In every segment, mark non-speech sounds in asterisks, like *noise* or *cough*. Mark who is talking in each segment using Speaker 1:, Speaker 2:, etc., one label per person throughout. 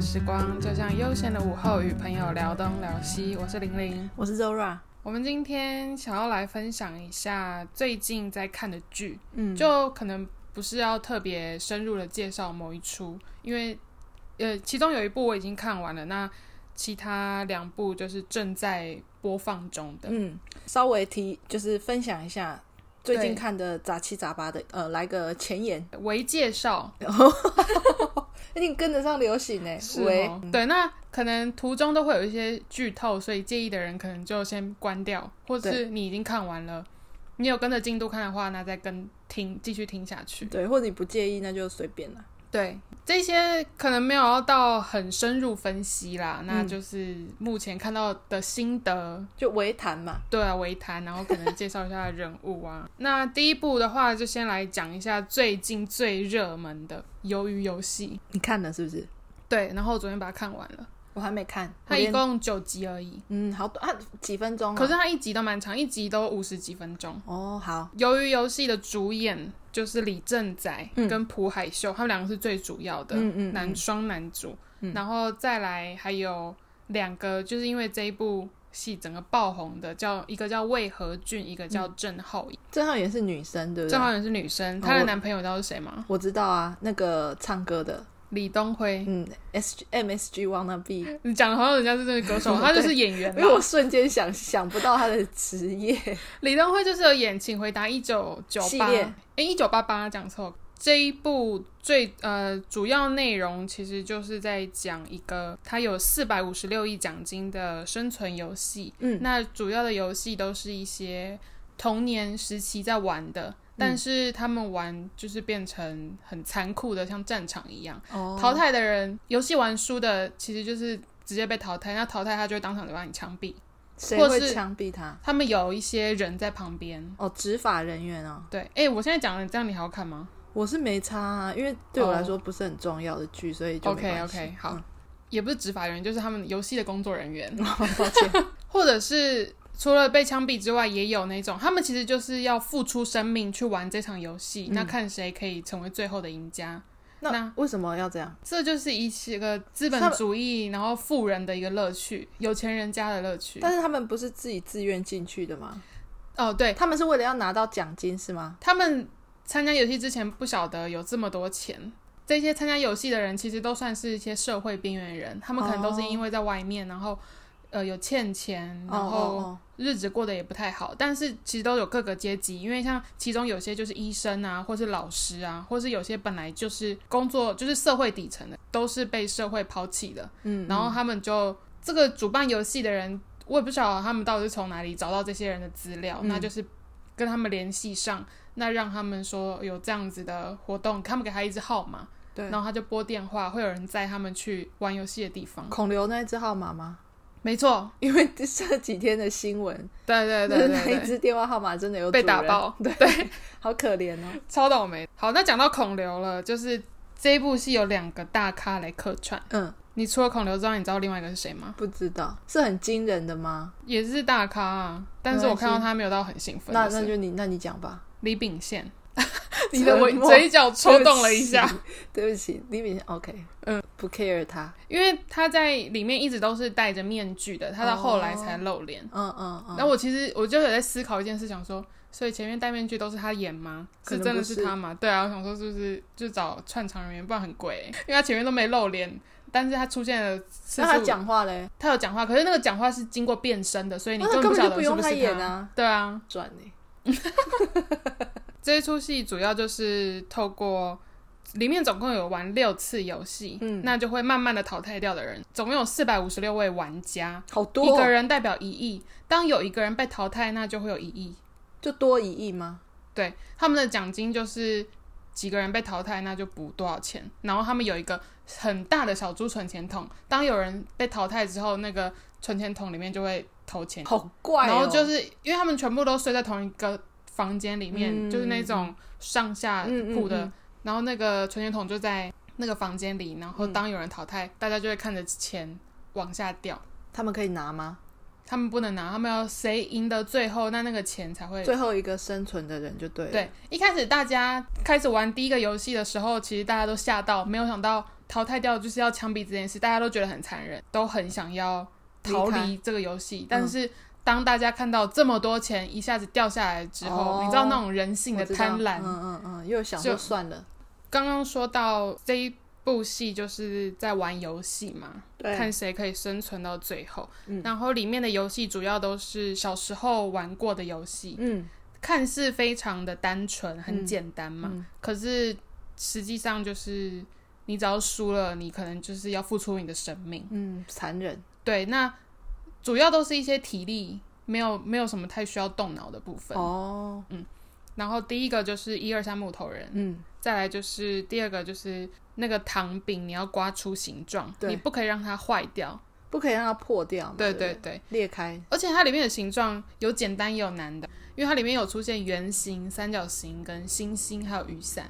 Speaker 1: 时光就像悠闲的午后，与朋友聊东聊西。我是玲玲，
Speaker 2: 我是 Zora。
Speaker 1: 我们今天想要来分享一下最近在看的剧，
Speaker 2: 嗯，
Speaker 1: 就可能不是要特别深入的介绍某一出，因为呃，其中有一部我已经看完了，那其他两部就是正在播放中的。
Speaker 2: 嗯，稍微提就是分享一下最
Speaker 1: 对
Speaker 2: 近看的杂七杂八的，呃，来个前言，
Speaker 1: 为介绍，
Speaker 2: 一定跟得上流行哎、
Speaker 1: 是
Speaker 2: 喂，
Speaker 1: 哦，对，那可能途中都会有一些剧透，所以介意的人可能就先关掉，或者是你已经看完了，你有跟着进度看的话，那再跟听继续听下去。
Speaker 2: 对，或者你不介意那就随便啦。
Speaker 1: 对，这些可能没有要到很深入分析啦，那就是目前看到的心得。
Speaker 2: 就微谈嘛，
Speaker 1: 对啊，维谈，然后可能介绍一下人物啊。那第一部的话，就先来讲一下最近最热门的《鱿鱼游戏
Speaker 2: 你看了是不是？》。
Speaker 1: 对，然后我昨天把它看完了，
Speaker 2: 我还没看，
Speaker 1: 它
Speaker 2: 我
Speaker 1: 一
Speaker 2: 连
Speaker 1: 共九集而已。
Speaker 2: 嗯，好短啊，几分钟、啊？
Speaker 1: 可是它一集都蛮长，一集都五十几分钟。
Speaker 2: 哦，好，
Speaker 1: 由于游戏的主演就是李正宰
Speaker 2: 嗯
Speaker 1: 跟朴海秀，他们两个是最主要的
Speaker 2: 嗯嗯嗯
Speaker 1: 男双男主，然后再来还有两个，就是因为这一部戏整个爆红的，叫一个叫魏和俊，一个叫郑浩颖。
Speaker 2: 郑浩也是女生，对不对
Speaker 1: 郑？浩颖是女
Speaker 2: 哦
Speaker 1: 生，她的男朋友你知道是谁吗？
Speaker 2: 我知道啊，那个唱歌的，
Speaker 1: 李东辉。
Speaker 2: 嗯，S M S G Wanna Be，
Speaker 1: 你讲的好像人家是真的歌
Speaker 2: *laughs*
Speaker 1: 手，他就是演员
Speaker 2: 因
Speaker 1: 啦。
Speaker 2: 为我瞬间想想不到他的职业，
Speaker 1: 李登辉就是有演《请回答一九九
Speaker 2: 系
Speaker 1: 八》，
Speaker 2: 列
Speaker 1: 哎，一九八八讲错。这一部最呃主要内容其实就是在讲一个它有四百五十六亿奖金的生存游戏，
Speaker 2: 嗯，
Speaker 1: 那主要的游戏都是一些童年时期在玩
Speaker 2: 嗯
Speaker 1: 的，但是他们玩就是变成很残酷的，像战场一样。
Speaker 2: 哦
Speaker 1: 淘汰的人，游戏玩输的其实就是直接被淘汰，那淘汰他就会当场就把你枪毙。
Speaker 2: 谁
Speaker 1: 或
Speaker 2: 会
Speaker 1: 是
Speaker 2: 枪毙他？
Speaker 1: 他们有一些人在旁边，
Speaker 2: 哦，执法人员哦，
Speaker 1: 对，哎、我现在讲的这样你还要看吗
Speaker 2: 我是没差、啊，因为对我
Speaker 1: 哦
Speaker 2: 来说不是很重要的剧，所以就没
Speaker 1: ？OK
Speaker 2: 关系
Speaker 1: OK，好，
Speaker 2: 嗯
Speaker 1: 也不是执法人员，就是他们游戏的工作人员，
Speaker 2: 哦抱歉，
Speaker 1: 或者是除了被枪毙之外，也有那种他们其实就是要付出生命去玩这场游戏，
Speaker 2: 嗯
Speaker 1: 那看谁可以成为最后的赢家。
Speaker 2: 那
Speaker 1: 那
Speaker 2: 为什么要这样？
Speaker 1: 这就是一些个资
Speaker 2: 他
Speaker 1: 本
Speaker 2: 们
Speaker 1: 主义，然后富人的一个乐趣，有钱人家的乐趣。
Speaker 2: 但是他们不是自己自愿进去的吗？
Speaker 1: 哦，对，
Speaker 2: 他们是为了要拿到奖金是吗？
Speaker 1: 他们参加游戏之前不晓得有这么多钱。这些参加游戏的人其实都算是一些社会边缘人，他们可能都是因为在外面，然后呃有欠钱，
Speaker 2: 哦
Speaker 1: 然后
Speaker 2: 哦
Speaker 1: 日子过得也不太好。但是其实都有各个阶级，因为像其中有些就是医生啊，或是老师啊，或是有些本来就是工作就是社会底层的，都是被社会抛弃的。
Speaker 2: 嗯，
Speaker 1: 然后他们就这个主办游戏的人，我也不晓得他们到底是从哪里找到这些人的资料，
Speaker 2: 嗯
Speaker 1: 那就是跟他们联系上，那让他们说有这样子的活动，他们给他一支号码，
Speaker 2: 对
Speaker 1: 然后他就拨电话，会有人载他们去玩游戏的地方。
Speaker 2: 孔刘那一只号码吗？ *laughs*
Speaker 1: 没错，
Speaker 2: 因为这几天的新闻，
Speaker 1: 对对对
Speaker 2: 就是 *laughs* 那
Speaker 1: 对
Speaker 2: 一
Speaker 1: 对，
Speaker 2: 只电话号码真的有
Speaker 1: 被
Speaker 2: 主
Speaker 1: 打
Speaker 2: 人，
Speaker 1: 爆，对，
Speaker 2: 好可怜哦。
Speaker 1: 超倒霉。好，那讲到孔刘了，就是这一部戏有两个大咖来客串。
Speaker 2: 嗯，
Speaker 1: 你除了孔刘之外，你知道另外一个是谁吗？
Speaker 2: 不知道是很惊人的吗？
Speaker 1: 也是大咖啊，但是
Speaker 2: 没
Speaker 1: 我
Speaker 2: 关系
Speaker 1: 看到他没有到很兴奋。
Speaker 2: 那
Speaker 1: 就是
Speaker 2: 那就你那你讲吧。
Speaker 1: 李秉
Speaker 2: *laughs*
Speaker 1: 宪，
Speaker 2: 沉默
Speaker 1: 你的尾嘴角抽动了一下，
Speaker 2: 对不起， *laughs* 李敏 OK，
Speaker 1: 嗯，
Speaker 2: 不 care 他，
Speaker 1: 因为他在里面一直都是戴着面具的，他到后来才露脸。
Speaker 2: 嗯嗯嗯
Speaker 1: 然。后我其实我就有在思考一件事，想说，所以前面戴面具都是他演吗？
Speaker 2: 可
Speaker 1: 是
Speaker 2: 能
Speaker 1: 真的
Speaker 2: 不
Speaker 1: 是
Speaker 2: 是
Speaker 1: 他吗？对啊，我想说是不是就找串场人员，不然很贵欸、因为他前面都没露脸，但是他出现了次数，
Speaker 2: 那他讲话嘞？
Speaker 1: 他有讲话，可是那个讲话是经过变声的，所哎以你
Speaker 2: 啊那他
Speaker 1: 本
Speaker 2: 根
Speaker 1: 不晓
Speaker 2: 本就
Speaker 1: 得
Speaker 2: 不
Speaker 1: 是
Speaker 2: 用
Speaker 1: 是他。
Speaker 2: 演啊，
Speaker 1: 对啊，
Speaker 2: 转呢、
Speaker 1: 这一出戏主要就是透过里面总共有玩六次游戏，
Speaker 2: 嗯
Speaker 1: 那就会慢慢的淘汰掉的人，总共有四百五十六位玩家，
Speaker 2: 好
Speaker 1: 一
Speaker 2: 多、
Speaker 1: 个
Speaker 2: 哦，
Speaker 1: 人代表一亿，当有一个人被淘汰，那就会有一亿。
Speaker 2: 就多一亿吗？
Speaker 1: 对，他们的奖金就是几个人被淘汰，那就补多少钱。然后他们有一个很大的小猪存钱筒，当有人被淘汰之后，那个存钱筒里面就会投钱
Speaker 2: 好怪、哦。
Speaker 1: 然后就是因为他们全部都睡在同一个房间里面，
Speaker 2: 嗯
Speaker 1: 就是那种上下铺的，
Speaker 2: 嗯嗯嗯
Speaker 1: 然后那个存钱筒就在那个房间里，然后当有人淘汰，大家就会看着钱往下掉。
Speaker 2: 他们可以拿吗？
Speaker 1: 他们不能拿，他们要谁赢得最后，那那个钱才会。
Speaker 2: 最后一个生存的人就对了。
Speaker 1: 对，一开始大家开始玩第一个游戏的时候，其实大家都吓到，没有想到淘汰掉就是要枪毙这件事，大家都觉得很残忍，都很想要逃离这个游戏。但
Speaker 2: 嗯
Speaker 1: 是当大家看到这么多钱一下子掉下来之后，
Speaker 2: 哦
Speaker 1: 你知道那种人性的
Speaker 2: 我知道
Speaker 1: 贪婪。
Speaker 2: 嗯嗯嗯，又想说
Speaker 1: 就
Speaker 2: 算了，
Speaker 1: 刚刚说到这一部戏就是在玩游戏嘛，看谁可以生存到最后。
Speaker 2: 嗯
Speaker 1: 然后里面的游戏主要都是小时候玩过的游戏，
Speaker 2: 嗯，
Speaker 1: 看似非常的单纯、很简单嘛，
Speaker 2: 嗯
Speaker 1: 可是实际上就是你只要输了，你可能就是要付出你的生命。
Speaker 2: 嗯，残忍，
Speaker 1: 对，那主要都是一些体力，没有没有什么太需要动脑的部分。
Speaker 2: 哦，
Speaker 1: 然后第一个就是一二三木头人，
Speaker 2: 嗯，
Speaker 1: 再来就是第二个就是那个糖饼，你要刮出形状，
Speaker 2: 对
Speaker 1: 你不可以让它坏掉。
Speaker 2: 不可以让它破掉嘛，
Speaker 1: 对
Speaker 2: 对
Speaker 1: 对
Speaker 2: 不
Speaker 1: 对，
Speaker 2: 对，裂开，
Speaker 1: 而且它里面的形状有简单也有难的，因为它里面有出现圆形、三角形跟星星，还有雨伞。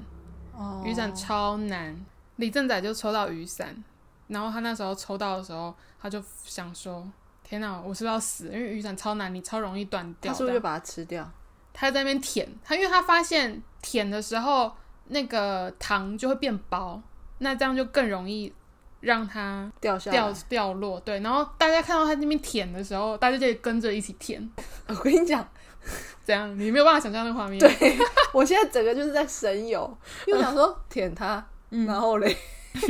Speaker 2: 哦，
Speaker 1: 雨伞超难，李正仔就抽到雨伞，然后他那时候抽到的时候，他就想说：“天哪，我是不是要死？因为雨伞超难，你超容易断掉的。啊
Speaker 2: 他是不是就把它吃掉？
Speaker 1: 他在那边舔，他因为他发现舔的时候那个糖就会变薄，那这样就更容易让它
Speaker 2: 掉下
Speaker 1: 掉
Speaker 2: 来。
Speaker 1: 掉落。对，然后大家看到他那边舔的时候，大家就跟着一起舔，
Speaker 2: 我跟你讲， *laughs*
Speaker 1: 这样你没有办法想象那个画面。对，
Speaker 2: 我现在整个就是在神游，因为我想说舔它，然
Speaker 1: *laughs*
Speaker 2: 后嘞，因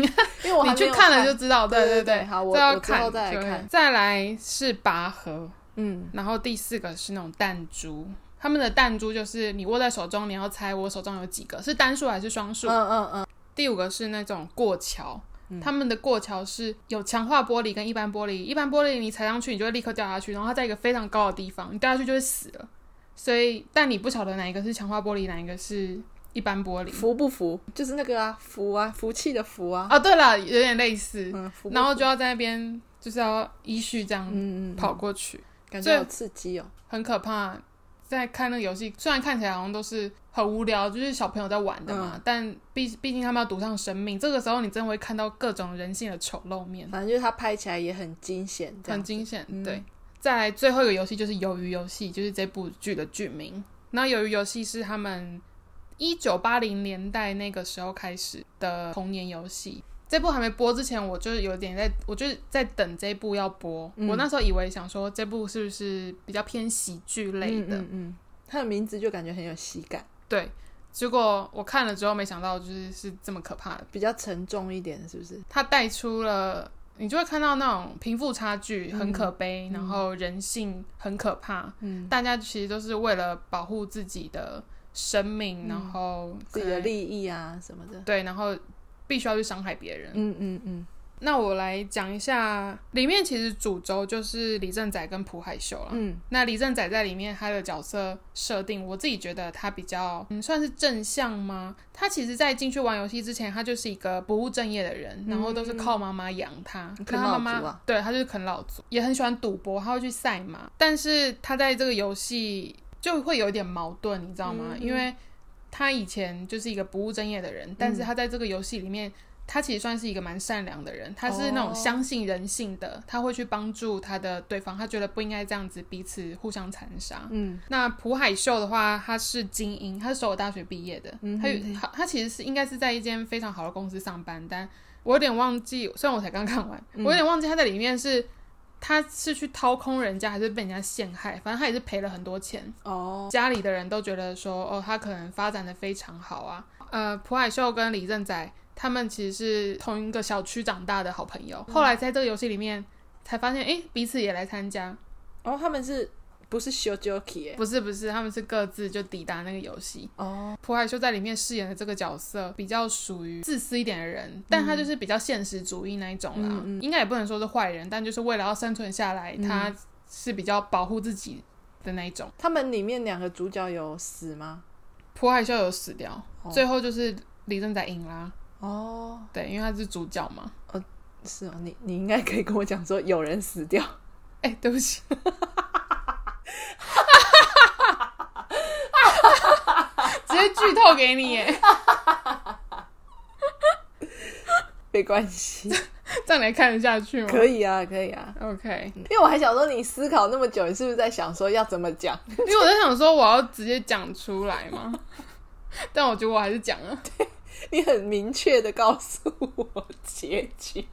Speaker 2: 为我
Speaker 1: 嗯
Speaker 2: 还
Speaker 1: 你
Speaker 2: 没
Speaker 1: 去
Speaker 2: 有
Speaker 1: 看
Speaker 2: 看
Speaker 1: 了就知道。
Speaker 2: 对
Speaker 1: 对
Speaker 2: 对对好我
Speaker 1: 这要
Speaker 2: 我之后
Speaker 1: 看
Speaker 2: 再来
Speaker 1: 对
Speaker 2: 看
Speaker 1: 再来是拔河，
Speaker 2: 嗯，
Speaker 1: 然后第四个是那种弹珠。他们的弹珠就是你握在手中，你要猜我手中有几个，是单数还是双数？
Speaker 2: 嗯嗯嗯，
Speaker 1: 第五个是那种过桥，他们的过桥是有强化玻璃跟一般玻璃，一般玻璃你踩上去你就会立刻掉下去，然后它在一个非常高的地方，你掉下去就会死了。所以，但你不晓得哪一个是强化玻璃，哪一个是一般玻璃。
Speaker 2: 服不服？就是那个啊，服啊，服气的服啊，
Speaker 1: 哦，对了，有点类似，
Speaker 2: 嗯，服不
Speaker 1: 然后就要在那边就是要依序这样
Speaker 2: 嗯嗯，嗯
Speaker 1: 跑过去，
Speaker 2: 感
Speaker 1: 所以
Speaker 2: 觉好刺激哦。
Speaker 1: 很可怕。在看那个游戏，虽然看起来好像都是很无聊，就是小朋友在玩的嘛，
Speaker 2: 嗯
Speaker 1: 但毕毕竟他们要赌上生命，这个时候你真的会看到各种人性的丑陋面。
Speaker 2: 反正就是它拍起来也很惊险，这
Speaker 1: 很
Speaker 2: 样。
Speaker 1: 惊险。
Speaker 2: 嗯
Speaker 1: 对，再来最后一个游戏就是《鱿鱼游戏》，就是这部剧的剧名。那《鱿鱼游戏》是他们一九八零年代那个时候开始的童年游戏。这部还没播之前，我就是有点在，我就是在等这部要播。
Speaker 2: 嗯
Speaker 1: 我那时候以为想说这部是不是比较偏喜剧类的，
Speaker 2: 嗯嗯嗯，它的名字就感觉很有喜感，
Speaker 1: 对。结果我看了之后，没想到就是是这么可怕的。
Speaker 2: 比较沉重一点，是不是？
Speaker 1: 它带出了你就会看到那种贫富差距很可悲，然后人性很可怕。
Speaker 2: 嗯，
Speaker 1: 大家其实都是为了保护自己的生命，
Speaker 2: 嗯
Speaker 1: 然后
Speaker 2: 自己的利益啊什么的。
Speaker 1: 对，然后必须要去伤害别人。
Speaker 2: 嗯嗯嗯，
Speaker 1: 那我来讲一下，里面其实主轴就是李正宰跟朴海秀了。
Speaker 2: 嗯
Speaker 1: 那李正宰在里面他的角色设定，我自己觉得他比较，嗯，算是正向吗？他其实，在进去玩游戏之前，他就是一个不务正业的人，然后都是靠妈妈养他，
Speaker 2: 嗯啃
Speaker 1: 跟他妈
Speaker 2: 老
Speaker 1: 妈、
Speaker 2: 族啊
Speaker 1: 对他就是啃老族，也很喜欢赌博，他会去赛马，但是他在这个游戏就会有一点矛盾，你知道吗？
Speaker 2: 嗯
Speaker 1: 因为他以前就是一个不务正业的人，但是
Speaker 2: 嗯
Speaker 1: 他在这个游戏里面。他其实算是一个蛮善良的人，他是那种
Speaker 2: 哦
Speaker 1: 相信人性的，他会去帮助他的对方，他觉得不应该这样子彼此互相残杀。
Speaker 2: 嗯
Speaker 1: 那朴海秀的话，他是精英，他是首尔大学毕业的，
Speaker 2: 嗯
Speaker 1: 他有他他其实是应该是在一间非常好的公司上班，但我有点忘记，虽然我才刚看完，
Speaker 2: 嗯
Speaker 1: 我有点忘记他在里面是他是去掏空人家，还是被人家陷害，反正他也是赔了很多钱。
Speaker 2: 哦，
Speaker 1: 家里的人都觉得说，哦，他可能发展的非常好啊。呃，朴海秀跟李正宰他们其实是同一个小区长大的好朋友，
Speaker 2: 嗯
Speaker 1: 后来在这个游戏里面才发现，诶，彼此也来参加。
Speaker 2: 然哦后他们是不是 shojoki 哎？
Speaker 1: 不是不是，他们是各自就抵达那个游戏。
Speaker 2: 哦，
Speaker 1: 朴海秀在里面饰演的这个角色比较属于自私一点的人，但他就是比较现实主义那一种啦，
Speaker 2: 嗯
Speaker 1: 应该也不能说是坏人，但就是为了要生存下来，
Speaker 2: 嗯
Speaker 1: 他是比较保护自己的那一种。
Speaker 2: 他们里面两个主角有死吗？
Speaker 1: 朴海秀有死掉，
Speaker 2: 哦
Speaker 1: 最后就是李正宰赢啦。
Speaker 2: 哦，
Speaker 1: 对，因为他是主角嘛。
Speaker 2: 是哦，你你应该可以跟我讲说有人死掉，
Speaker 1: 哎、对不起， *laughs* 直接剧透给你耶，
Speaker 2: 没关系，
Speaker 1: 这样你还看得下去吗
Speaker 2: 可以啊，可以啊。
Speaker 1: ？OK，
Speaker 2: *laughs* 因为我还想说，你思考那么久，你是不是在想说要怎么讲？
Speaker 1: 因为我在想说我要直接讲出来嘛，但我觉得我还是讲了。
Speaker 2: 你很明确的告诉我结局。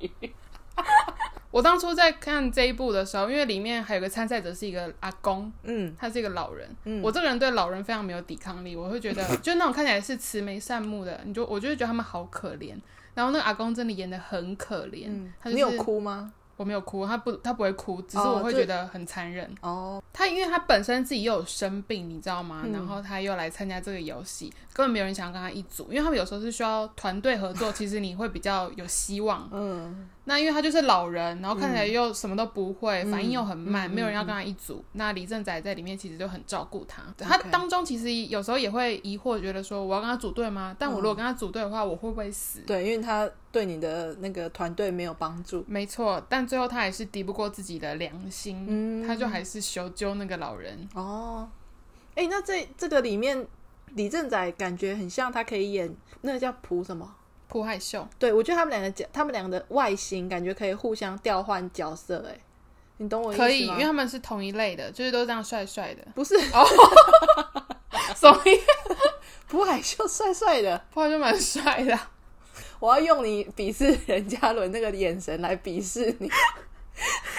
Speaker 1: 我当初在看这一部的时候，因为里面还有个参赛者是一个阿公，
Speaker 2: 嗯
Speaker 1: 他是一个老人。
Speaker 2: 嗯
Speaker 1: 我这个人对老人非常没有抵抗力，我会觉
Speaker 2: *laughs*
Speaker 1: 得就那种看起来是慈眉善目的，你就我就会觉得他们好可怜。然后那个阿公真的演的很可怜，
Speaker 2: 嗯，
Speaker 1: 他就
Speaker 2: 你
Speaker 1: 是
Speaker 2: 有哭吗？
Speaker 1: 我没有哭，他不他不会哭，只是
Speaker 2: 哦
Speaker 1: 我会
Speaker 2: 就
Speaker 1: 觉得很残忍。
Speaker 2: 哦，
Speaker 1: 他因为他本身自己又有生病，你知道吗？
Speaker 2: 嗯
Speaker 1: 然后他又来参加这个游戏，根本没有人想要跟他一组，因为他们有时候是需要团队合作，其实你会比较有希望。
Speaker 2: 嗯，
Speaker 1: 那因为他就是老人，然后看起来又什么都不会，
Speaker 2: 嗯
Speaker 1: 反应又很慢，
Speaker 2: 嗯
Speaker 1: 没有人要跟他一组。那李正宰在里面其实就很照顾他，他当中其实有时候也会疑惑，觉得说我要跟他组队吗？但我
Speaker 2: 嗯
Speaker 1: 如果跟他组队的话，我会不会死？
Speaker 2: 对，因为他对你的那个团队没有帮助。
Speaker 1: 没错，但最后他还是敌不过自己的良心，
Speaker 2: 嗯
Speaker 1: 他就还是修究那个老人。
Speaker 2: 哦，哎、那这这个里面，李正宰感觉很像他可以演那个叫朴什么？
Speaker 1: 迫害秀，
Speaker 2: 对，我觉得他们两个角，他们两个的外形感觉可以互相调换角色、哎，你懂我意思吗？。
Speaker 1: 可以，因为他们是同一类的，就是都这样帅帅的
Speaker 2: *laughs* 不是
Speaker 1: 所以 *laughs*
Speaker 2: 朴海秀帅帅的，
Speaker 1: 迫害秀蛮帅的啊，
Speaker 2: 我要用你鄙视任嘉伦那个眼神来鄙视你。 *laughs*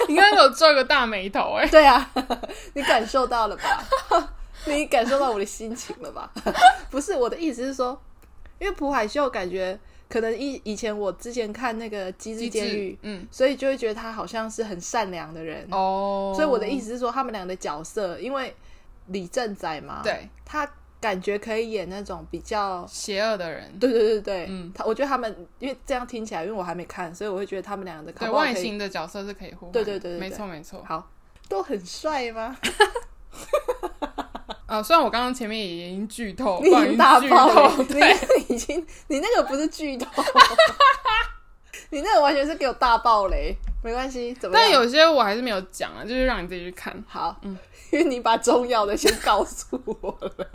Speaker 1: 你刚刚有皱个大眉头哎、
Speaker 2: 对啊， *laughs* 你感受到了吧？ *laughs* 你感受到我的心情了吧？ *laughs* 不是我的意思是说，因为朴海秀感觉可能以以前我之前看那个《机智
Speaker 1: 机
Speaker 2: 监狱
Speaker 1: 智，》，嗯，
Speaker 2: 所以就会觉得他好像是很善良的人。
Speaker 1: 哦，
Speaker 2: 嗯所以我的意
Speaker 1: 思，
Speaker 2: 思是说，他们俩的角色，因为李正宰嘛，，
Speaker 1: 对，
Speaker 2: 他感觉可以演那种比较，
Speaker 1: 邪恶的人，
Speaker 2: 对对对对，
Speaker 1: 嗯
Speaker 2: 他我觉得他们因为这样听起来，因为我还没看，所以我会觉得他们俩
Speaker 1: 对
Speaker 2: 的搞不好可
Speaker 1: 外
Speaker 2: 以
Speaker 1: 形的角色是可以互换
Speaker 2: 对
Speaker 1: 的，
Speaker 2: 对对对对
Speaker 1: 没错没错。
Speaker 2: 好都很帅吗？
Speaker 1: 呃，虽然我刚刚前面也已经剧透，
Speaker 2: *laughs* 你
Speaker 1: 不好
Speaker 2: 已
Speaker 1: 意思
Speaker 2: 经大
Speaker 1: 剧
Speaker 2: 爆
Speaker 1: 透
Speaker 2: 了，
Speaker 1: *laughs* 对，
Speaker 2: 你已经，你那个不是剧
Speaker 1: *laughs*
Speaker 2: 透，你那个完全是给我大爆雷，没关系，怎么样？
Speaker 1: 但有嗯些我还是没有讲啊，就是让你自己去看。
Speaker 2: 好，因为你把重要的先告诉我了，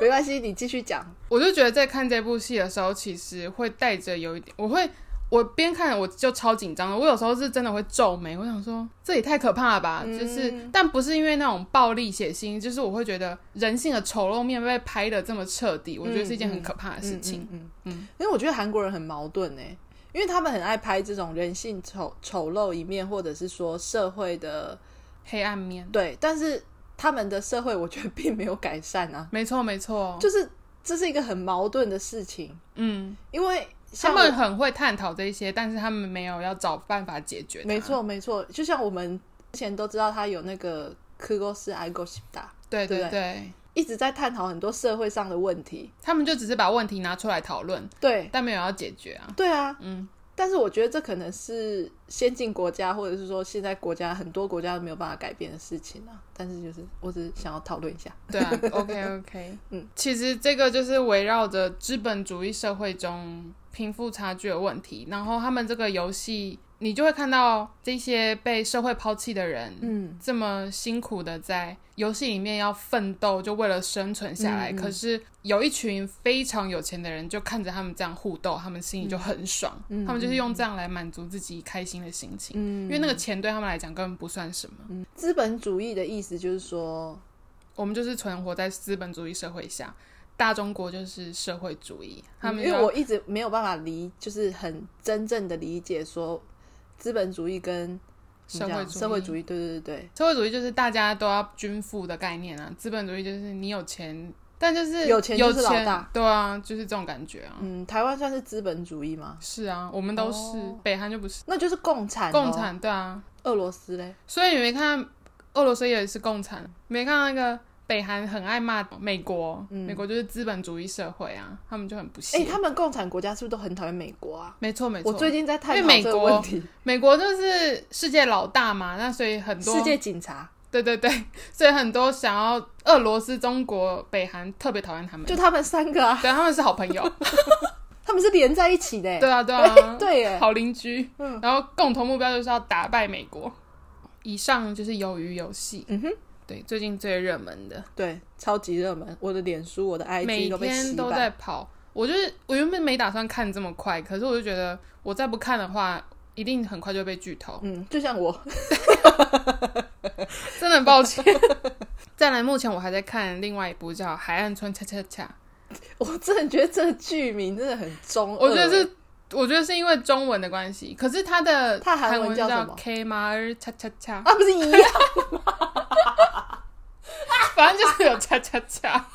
Speaker 2: 没关系，你继续讲，
Speaker 1: 我就觉得在看这部戏的时候，其实会带着有一点，我会我边看我就超紧张的，我有时候是真的会皱眉，我想说这也太可怕了吧，
Speaker 2: 嗯
Speaker 1: 就是但不是因为那种暴力血腥，就是我会觉得人性的丑陋面被拍的这么彻底，我觉得是一件很可怕的事情。
Speaker 2: 嗯，嗯嗯
Speaker 1: 嗯
Speaker 2: 因为我觉得韩国人很矛盾呢、因为他们很爱拍这种人性丑丑陋一面，或者是说社会的
Speaker 1: 黑暗面，
Speaker 2: 对，但是他们的社会我觉得并没有改善啊，
Speaker 1: 没错没错，
Speaker 2: 就是这是一个很矛盾的事情，
Speaker 1: 嗯，
Speaker 2: 因为
Speaker 1: 他
Speaker 2: 像
Speaker 1: 们很会探讨这些，但是他们没有要找办法解决。
Speaker 2: 没，错没错，就像我们之前都知道他有那个科勾斯爱勾西达，
Speaker 1: 对
Speaker 2: 对
Speaker 1: 对
Speaker 2: 不
Speaker 1: 对，
Speaker 2: 一直在探讨很多社会上的问题，
Speaker 1: 他们就只是把问题拿出来讨论，
Speaker 2: 对
Speaker 1: 但没有要解决啊。
Speaker 2: 对啊，
Speaker 1: 嗯，
Speaker 2: 但是我觉得这可能是先进国家，或者是说现在国家很多国家都没有办法改变的事情啊。但是就是我只是想要讨论一下，
Speaker 1: *laughs* 对啊，OK OK，
Speaker 2: 嗯
Speaker 1: 嗯，其实这个就是围绕着资本主义社会中贫富差距的问题，然后他们这个游戏，你就会看到这些被社会抛弃的人，
Speaker 2: 嗯，
Speaker 1: 这么辛苦的在游戏里面要奋斗，就为了生存下来。
Speaker 2: 嗯嗯
Speaker 1: 可是有一群非常有钱的人，就看着他们这样互斗，他们心里就很爽，
Speaker 2: 嗯
Speaker 1: 他们就是用这样来满足自己开心的心情，
Speaker 2: 嗯
Speaker 1: 因为那个钱对他们来讲根本不算什么。
Speaker 2: 资本主义的意思就是说，
Speaker 1: 我们就是存活在资本主义社会下，大中国就是社会主义，他们
Speaker 2: 因
Speaker 1: 要
Speaker 2: 为我一直没有办法理，就是很真正的理解说资本主义跟
Speaker 1: 社会主义
Speaker 2: 社会主义，对对对对，
Speaker 1: 社会主义就是大家都要均富的概念啊，资本主义就是你有钱，但就是
Speaker 2: 有钱就是老
Speaker 1: 有钱
Speaker 2: 大
Speaker 1: 对啊，就是这种感觉啊。
Speaker 2: 嗯，台湾算是资本主义吗？
Speaker 1: 是啊，我们都是、
Speaker 2: 哦
Speaker 1: 北韩就不是
Speaker 2: 那就是共产、哦
Speaker 1: 共，产，对啊，
Speaker 2: 俄罗斯嘞，
Speaker 1: 所以你没看俄罗斯也是共产，没看到那个北韩很爱骂美国，
Speaker 2: 嗯
Speaker 1: 美国就是资本主义社会啊，他们就很不
Speaker 2: 哎、
Speaker 1: 屑。
Speaker 2: 他们共产国家是不是都很讨厌美国啊？
Speaker 1: 没错没
Speaker 2: 我
Speaker 1: 错，
Speaker 2: 最近在探
Speaker 1: 因
Speaker 2: 讨
Speaker 1: 为美
Speaker 2: 这个
Speaker 1: 国
Speaker 2: 问题，
Speaker 1: 美国就是世界老大嘛，那所以很多
Speaker 2: 世界警察，
Speaker 1: 对对对，所以很多想要俄罗斯、中国、北韩特别讨厌他们，
Speaker 2: 就他们三个啊，
Speaker 1: 对他们是好朋
Speaker 2: *laughs*
Speaker 1: 友，
Speaker 2: 他们是连在一起的欸。
Speaker 1: 对啊对
Speaker 2: 哎
Speaker 1: 啊，
Speaker 2: *laughs* 对耶，
Speaker 1: 好邻居，
Speaker 2: 嗯
Speaker 1: 然后共同目标就是要打败美国。以上就是鱿鱼游戏，
Speaker 2: 嗯哼，
Speaker 1: 对，最近最热门的，
Speaker 2: 对，超级热门。我的脸书，我的 IG
Speaker 1: 每
Speaker 2: 都被
Speaker 1: 天
Speaker 2: 洗
Speaker 1: 都
Speaker 2: 版。
Speaker 1: 在跑。我就是我原本没打算看这么快，可是我就觉得我再不看的话，一定很快就被剧透，
Speaker 2: 嗯，就像我， *laughs*
Speaker 1: 真的很 *laughs* 抱歉。再来，目前我还在看另外一部叫《海岸村恰恰恰》，
Speaker 2: 我真的觉得这个剧名真的很中二
Speaker 1: 我觉得是，我觉得是因为中文的关系。可是它的
Speaker 2: 哦它韩文
Speaker 1: 文
Speaker 2: 叫什
Speaker 1: 叫
Speaker 2: 么
Speaker 1: K 马尔恰恰恰，
Speaker 2: 啊，不是一样，
Speaker 1: 反正就是有恰恰恰。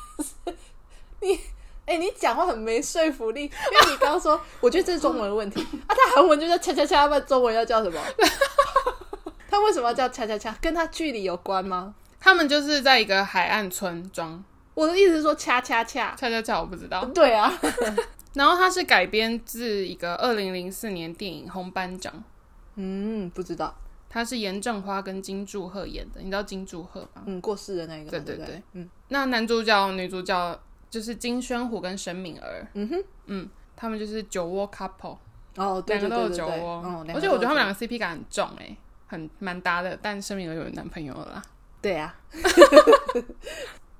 Speaker 2: 哎、你讲话很没说服力，因为你刚刚说， *laughs* 我觉得这是中文的问题啊，他韩文就叫恰恰恰，那中文要叫什
Speaker 1: *laughs*
Speaker 2: 么？他为什么要叫恰恰恰？跟他距离有关吗？
Speaker 1: 他们就是在一个海岸村庄，
Speaker 2: 我的意思是说恰恰恰，
Speaker 1: 恰恰恰我不知道。
Speaker 2: 对啊，
Speaker 1: 然后它是改编自一个二零零四年电影《红班长》，
Speaker 2: 嗯，不知道，
Speaker 1: 它是严正花跟金柱赫演的。你知道金柱赫吗？
Speaker 2: 嗯，过世的那一个嘛，
Speaker 1: 对
Speaker 2: 对
Speaker 1: 对
Speaker 2: 不
Speaker 1: 对，
Speaker 2: 嗯
Speaker 1: 那男主角、女主角就是金宣虎跟沈敏儿，
Speaker 2: 嗯哼，
Speaker 1: 嗯，他们就是酒窝 couple，
Speaker 2: 哦，对
Speaker 1: 两个都
Speaker 2: 对对
Speaker 1: 有
Speaker 2: 对
Speaker 1: 酒
Speaker 2: 对，
Speaker 1: 窝
Speaker 2: 哦，，两
Speaker 1: 而
Speaker 2: 个
Speaker 1: 且
Speaker 2: 都
Speaker 1: 我觉得他们两
Speaker 2: 有酒
Speaker 1: 个 CP 感很重哎、很蛮搭的。但沈敏儿有男朋友了啦。
Speaker 2: 对啊，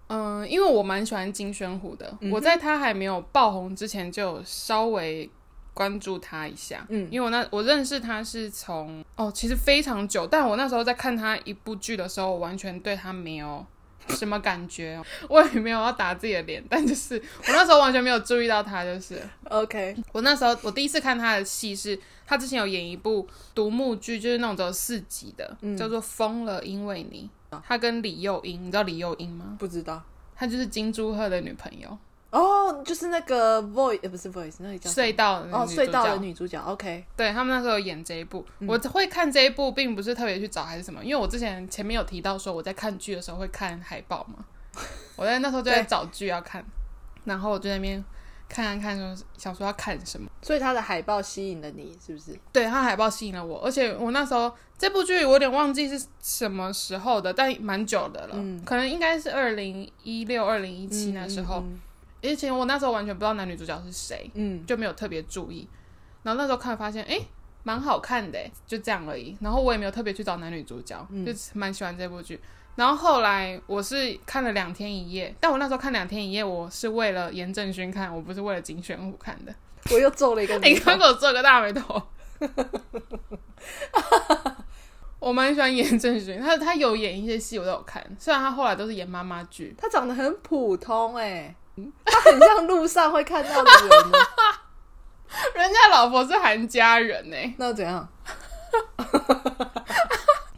Speaker 1: 嗯，因为我蛮喜欢金宣虎的，
Speaker 2: 嗯哼
Speaker 1: 我在他还没有爆红之前就有稍微关注他一下。
Speaker 2: 嗯
Speaker 1: 因为我那我认识他是从哦，其实非常久，但我那时候在看他一部剧的时候，我完全对他没有什么感觉，哦我也没有要打自己的脸，但就是我那时候完全没有注意到他，就是
Speaker 2: ，OK，
Speaker 1: 我那时候我第一次看他的戏是，他之前有演一部独幕剧，就是那种只有四集的，
Speaker 2: 嗯
Speaker 1: 叫做《疯了因为你》，他跟李幼英，你知道李幼英吗？
Speaker 2: 不知道，
Speaker 1: 她就是金珠赫的女朋友，
Speaker 2: 哦，就是那个 voice，呃，不是 voice，那个叫
Speaker 1: 隧道的
Speaker 2: 哦，
Speaker 1: 女主角
Speaker 2: 隧道的女嗯主角，OK，
Speaker 1: 对他们那时候有演这一部，我会看这一部，并不是特别去找还是什么，因为我之前前面有提到说我在看剧的时候会看海报嘛，
Speaker 2: *laughs*
Speaker 1: 我在那时候就在找剧要看，然后我就在那边看看看，说想说要看什么。
Speaker 2: 所以它的海报吸引了你，是不是？
Speaker 1: 对，他海报吸引了我，而且我那时候这部剧我有点忘记是什么时候的，但蛮久的了，可能应该是二零一六、二零一七那时候，
Speaker 2: 嗯嗯，
Speaker 1: 而且我那时候完全不知道男女主角是谁，
Speaker 2: 嗯，
Speaker 1: 就没有特别注意。然后那时候看发现，哎、蛮好看的，诶就这样而已。然后我也没有特别去找男女主角，就是蛮喜欢这部剧。然后后来我是看了两天一夜，但我那时候看两天一夜，我是为了严正勋看，我不是为了金宣虎看的。
Speaker 2: 嗯我又皱了一个
Speaker 1: 哎你
Speaker 2: 眉头
Speaker 1: 刚给我做个大眉头。我蛮喜欢严正勋，他他有演一些戏我都有看，虽然他后来都是演妈妈剧，
Speaker 2: 他长得很普通、哎，他很像路上会看到的人啊
Speaker 1: *laughs*
Speaker 2: 呢。
Speaker 1: 人家老婆是韩家人欸呢、
Speaker 2: 那怎样？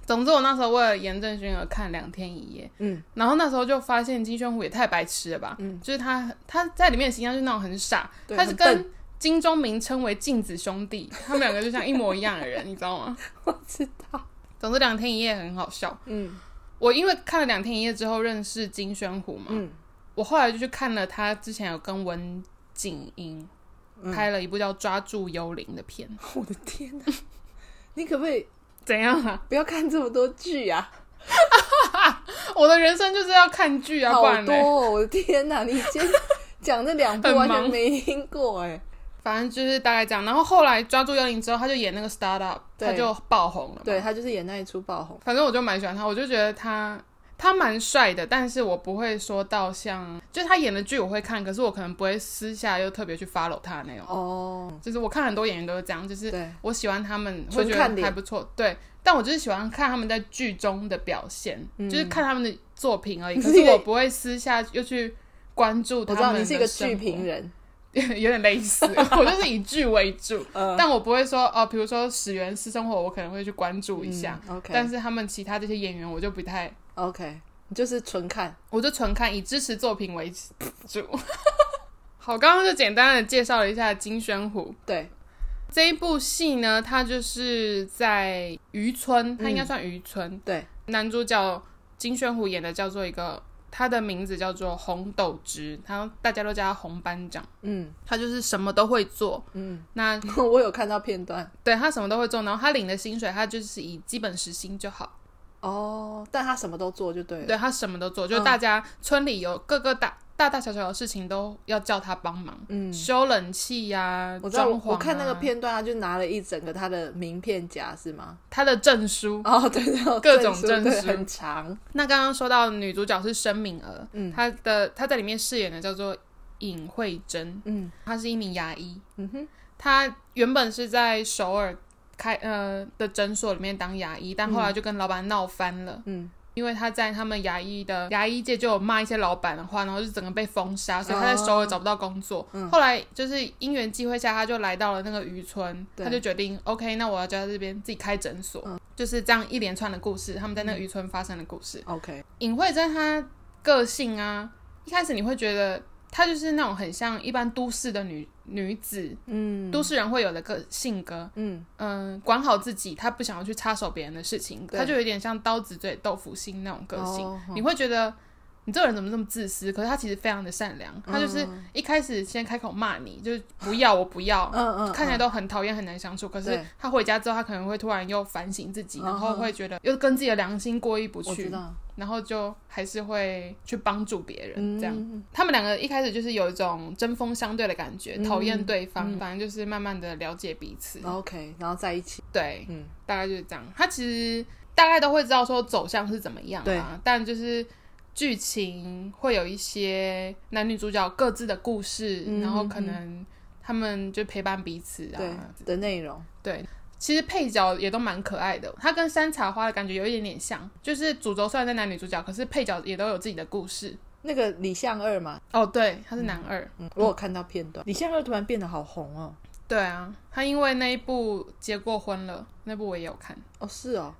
Speaker 1: 总之，我那时候为了严正勋而看两天一夜，
Speaker 2: 嗯，
Speaker 1: 然后那时候就发现金宣虎也太白痴了吧，
Speaker 2: 嗯
Speaker 1: 就是他他在里面的形象就是那种很傻，
Speaker 2: 对
Speaker 1: 他是
Speaker 2: 很
Speaker 1: 跟金钟明称为镜子兄弟，他们两个就像一模一样的人，你知道
Speaker 2: *laughs*
Speaker 1: 吗？
Speaker 2: 我知道。
Speaker 1: 总之，两天一夜很好笑。
Speaker 2: 嗯
Speaker 1: 我因为看了两天一夜之后认识金宣虎嘛，
Speaker 2: 嗯，
Speaker 1: 我后来就去看了他之前有跟文景英
Speaker 2: 嗯
Speaker 1: 拍了一部叫《抓住幽灵》的片，
Speaker 2: 我的天哪、你可不可以
Speaker 1: 怎样啊？
Speaker 2: 不要看这么多剧啊？
Speaker 1: 我的人生就是要看剧啊，不
Speaker 2: 好
Speaker 1: 然
Speaker 2: 多、
Speaker 1: 嘞。
Speaker 2: 哦！我的天哪、你今天讲这两部
Speaker 1: 很
Speaker 2: 完
Speaker 1: 忙
Speaker 2: 全没听过、
Speaker 1: *laughs*
Speaker 2: 哎，
Speaker 1: 反正就是大概这样。然后后来抓住幽灵之后，他就演那个 startup，
Speaker 2: 对
Speaker 1: 他就爆红了嘛。
Speaker 2: 对，他就是演那一出爆红。
Speaker 1: 反正我就蛮喜欢他，我就觉得他他蛮帅的，但是我不会说到像，就是他演的剧我会看，可是我可能不会私下又特别去 follow 他那种。
Speaker 2: 哦，
Speaker 1: 就是我看很多演员都是这样，就是
Speaker 2: 对，
Speaker 1: 我喜欢他们，
Speaker 2: 纯
Speaker 1: 会觉
Speaker 2: 看
Speaker 1: 得
Speaker 2: 脸
Speaker 1: 还不错。对，但我就是喜欢看他们在剧中的表现，
Speaker 2: 嗯
Speaker 1: 就是看他们的作品
Speaker 2: *laughs*
Speaker 1: 而已。
Speaker 2: 你
Speaker 1: 可
Speaker 2: 是一
Speaker 1: 是
Speaker 2: 个
Speaker 1: 我不会私下又去关注
Speaker 2: 我
Speaker 1: 他
Speaker 2: 知
Speaker 1: 们的
Speaker 2: 道你是一个
Speaker 1: 生
Speaker 2: 剧
Speaker 1: 活
Speaker 2: 评人。
Speaker 1: *laughs* 有点类
Speaker 2: *laughs*
Speaker 1: 似，我就是以剧为主，
Speaker 2: 嗯
Speaker 1: 但我不会说哦，比如说史源私生活，我可能会去关注一下，
Speaker 2: 嗯，OK
Speaker 1: 但是他们其他这些演员，我就不太，
Speaker 2: OK，你就是纯看。
Speaker 1: 我就纯看以支持作品为主。 *laughs* 好，刚刚就简单的介绍了一下金宣虎
Speaker 2: 对，
Speaker 1: 这一部戏呢，它就是在渔村，它应该算渔村，
Speaker 2: 对，
Speaker 1: 男主角金宣虎演的叫做一个，他的名字叫做红斗之，他大家都叫他红班长，
Speaker 2: 嗯 *laughs*
Speaker 1: 他就是什么都会做，
Speaker 2: 嗯，
Speaker 1: 那
Speaker 2: 我有看到片段。
Speaker 1: 对他什么都会做，然后他领的薪水，他就是以基本时薪就好。
Speaker 2: 哦，但他什么都做就对了。嗯
Speaker 1: 对他什么都做，就大家村里有各个大大大小小的事情都要叫他帮忙，
Speaker 2: 嗯，
Speaker 1: 修冷气呀、
Speaker 2: 我知道
Speaker 1: 装
Speaker 2: 我，
Speaker 1: 潢、啊
Speaker 2: 我看那个，片段，他就拿了一整个他的名片夹，是吗？ *laughs*
Speaker 1: 他的证书。
Speaker 2: 哦，对，然后
Speaker 1: 各种
Speaker 2: 书
Speaker 1: 证
Speaker 2: 对
Speaker 1: 书
Speaker 2: 很长，
Speaker 1: 那刚刚说到女主角是申敏儿，
Speaker 2: 嗯
Speaker 1: 她的她在里面饰演的叫做尹慧珍，
Speaker 2: 嗯
Speaker 1: 她是一名牙医，
Speaker 2: 嗯哼，
Speaker 1: 她原本是在首尔开呃的诊所里面当牙医，但后来就跟老板闹翻了。
Speaker 2: 嗯
Speaker 1: 因为他在他们牙医的牙医界就有骂一些老板的话，然后就整个被封杀，所以他在
Speaker 2: 哦
Speaker 1: 首尔找不到工作。
Speaker 2: 嗯
Speaker 1: 后来就是因缘际会下，他就来到了那个渔村，
Speaker 2: 对嗯
Speaker 1: 他就决定 OK，那我要就在这边自己开诊所。就是这样一连串的故事，他们在那个渔村发生的故事。
Speaker 2: OK，
Speaker 1: 隐晦在她个性啊，一开始你会觉得她就是那种很像一般都市的女女子，
Speaker 2: 嗯
Speaker 1: 都市人会有的个性格。
Speaker 2: 嗯，
Speaker 1: 嗯，管好自己，她不想要去插手别人的事情，
Speaker 2: 对
Speaker 1: 她就有点像刀子嘴豆腐心那种个性。
Speaker 2: 哦
Speaker 1: 你会觉得你这个人怎么这么自私？可是她其实非常的善
Speaker 2: 嗯
Speaker 1: 良，她就是一开始先开口骂你，就是不要我不要，
Speaker 2: 嗯嗯，
Speaker 1: 看起来都很讨厌，很难相处。可是
Speaker 2: 对
Speaker 1: 她回家之后，她可能会突然又反省自己，
Speaker 2: 嗯
Speaker 1: 然后会觉得又跟自己的良心过意不
Speaker 2: 我知
Speaker 1: 去，
Speaker 2: 道，
Speaker 1: 然后就还是会去帮助别人。这样，
Speaker 2: 嗯
Speaker 1: 他们两个一开始就是有一种针锋相对的感觉，
Speaker 2: 嗯
Speaker 1: 讨厌对方，反正就是慢慢的了解彼此。
Speaker 2: OK，然后在一起，
Speaker 1: 对，
Speaker 2: 嗯，
Speaker 1: 大概就是这样。他其实大概都会知道说走向是怎么样
Speaker 2: 对
Speaker 1: 啊，但就是剧情会有一些男女主角各自的故事，
Speaker 2: 嗯
Speaker 1: 然后可能他们就陪伴彼此啊。
Speaker 2: 对的内容，
Speaker 1: 对，其实配角也都蛮可爱的，他跟山茶花的感觉有一点点像，就是主轴虽然在男女主角，可是配角也都有自己的故事。
Speaker 2: 那个李相二嘛，
Speaker 1: 哦，对，他是男二。
Speaker 2: 嗯，我有看到片段，李相二突然变得好红哦，
Speaker 1: 对啊，他因为那一部结过婚了，那部我也有看。
Speaker 2: 哦是哦，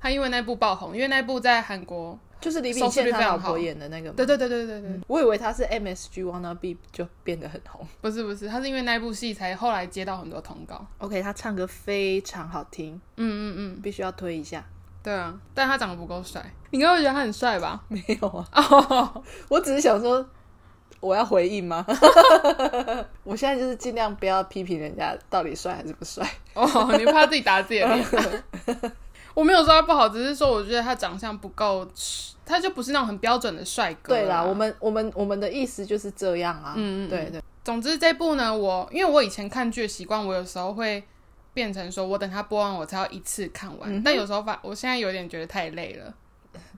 Speaker 1: 他因为那部爆红，因为那部在韩国，
Speaker 2: 就是李
Speaker 1: 收
Speaker 2: 秉
Speaker 1: 视率
Speaker 2: 宪他
Speaker 1: 非常
Speaker 2: 老婆
Speaker 1: 好
Speaker 2: 演的那个嘛，
Speaker 1: 对对对对对对，
Speaker 2: 我以为他是 MSG Wanna Be 就变得很红。
Speaker 1: 不是不是，他是因为那部戏才后来接到很多通告。
Speaker 2: OK，他唱歌非常好听，
Speaker 1: 嗯嗯
Speaker 2: 必须要推一下。
Speaker 1: 嗯，对啊，但他长得不够帅，你应该会觉得他很帅吧？
Speaker 2: 没有啊，
Speaker 1: 哦
Speaker 2: *laughs* 我只是想说，我要回应吗？ *laughs* 我现在就是尽量不要批评人家到底帅还是不帅。
Speaker 1: 哦，你怕自己打自己的 *laughs* 脸。我没有说他不好，只是说我觉得他长相不够，他就不是那种很标准的帅哥。
Speaker 2: 对啦，我们我们我们的意思就是这样啊。
Speaker 1: 啊嗯嗯嗯
Speaker 2: 对对，
Speaker 1: 总之这部呢，我因为我以前看剧的习惯，我有时候会变成说我等它播完我才要一次看完，
Speaker 2: 嗯哼
Speaker 1: 但有时候发我现在有点觉得太累了，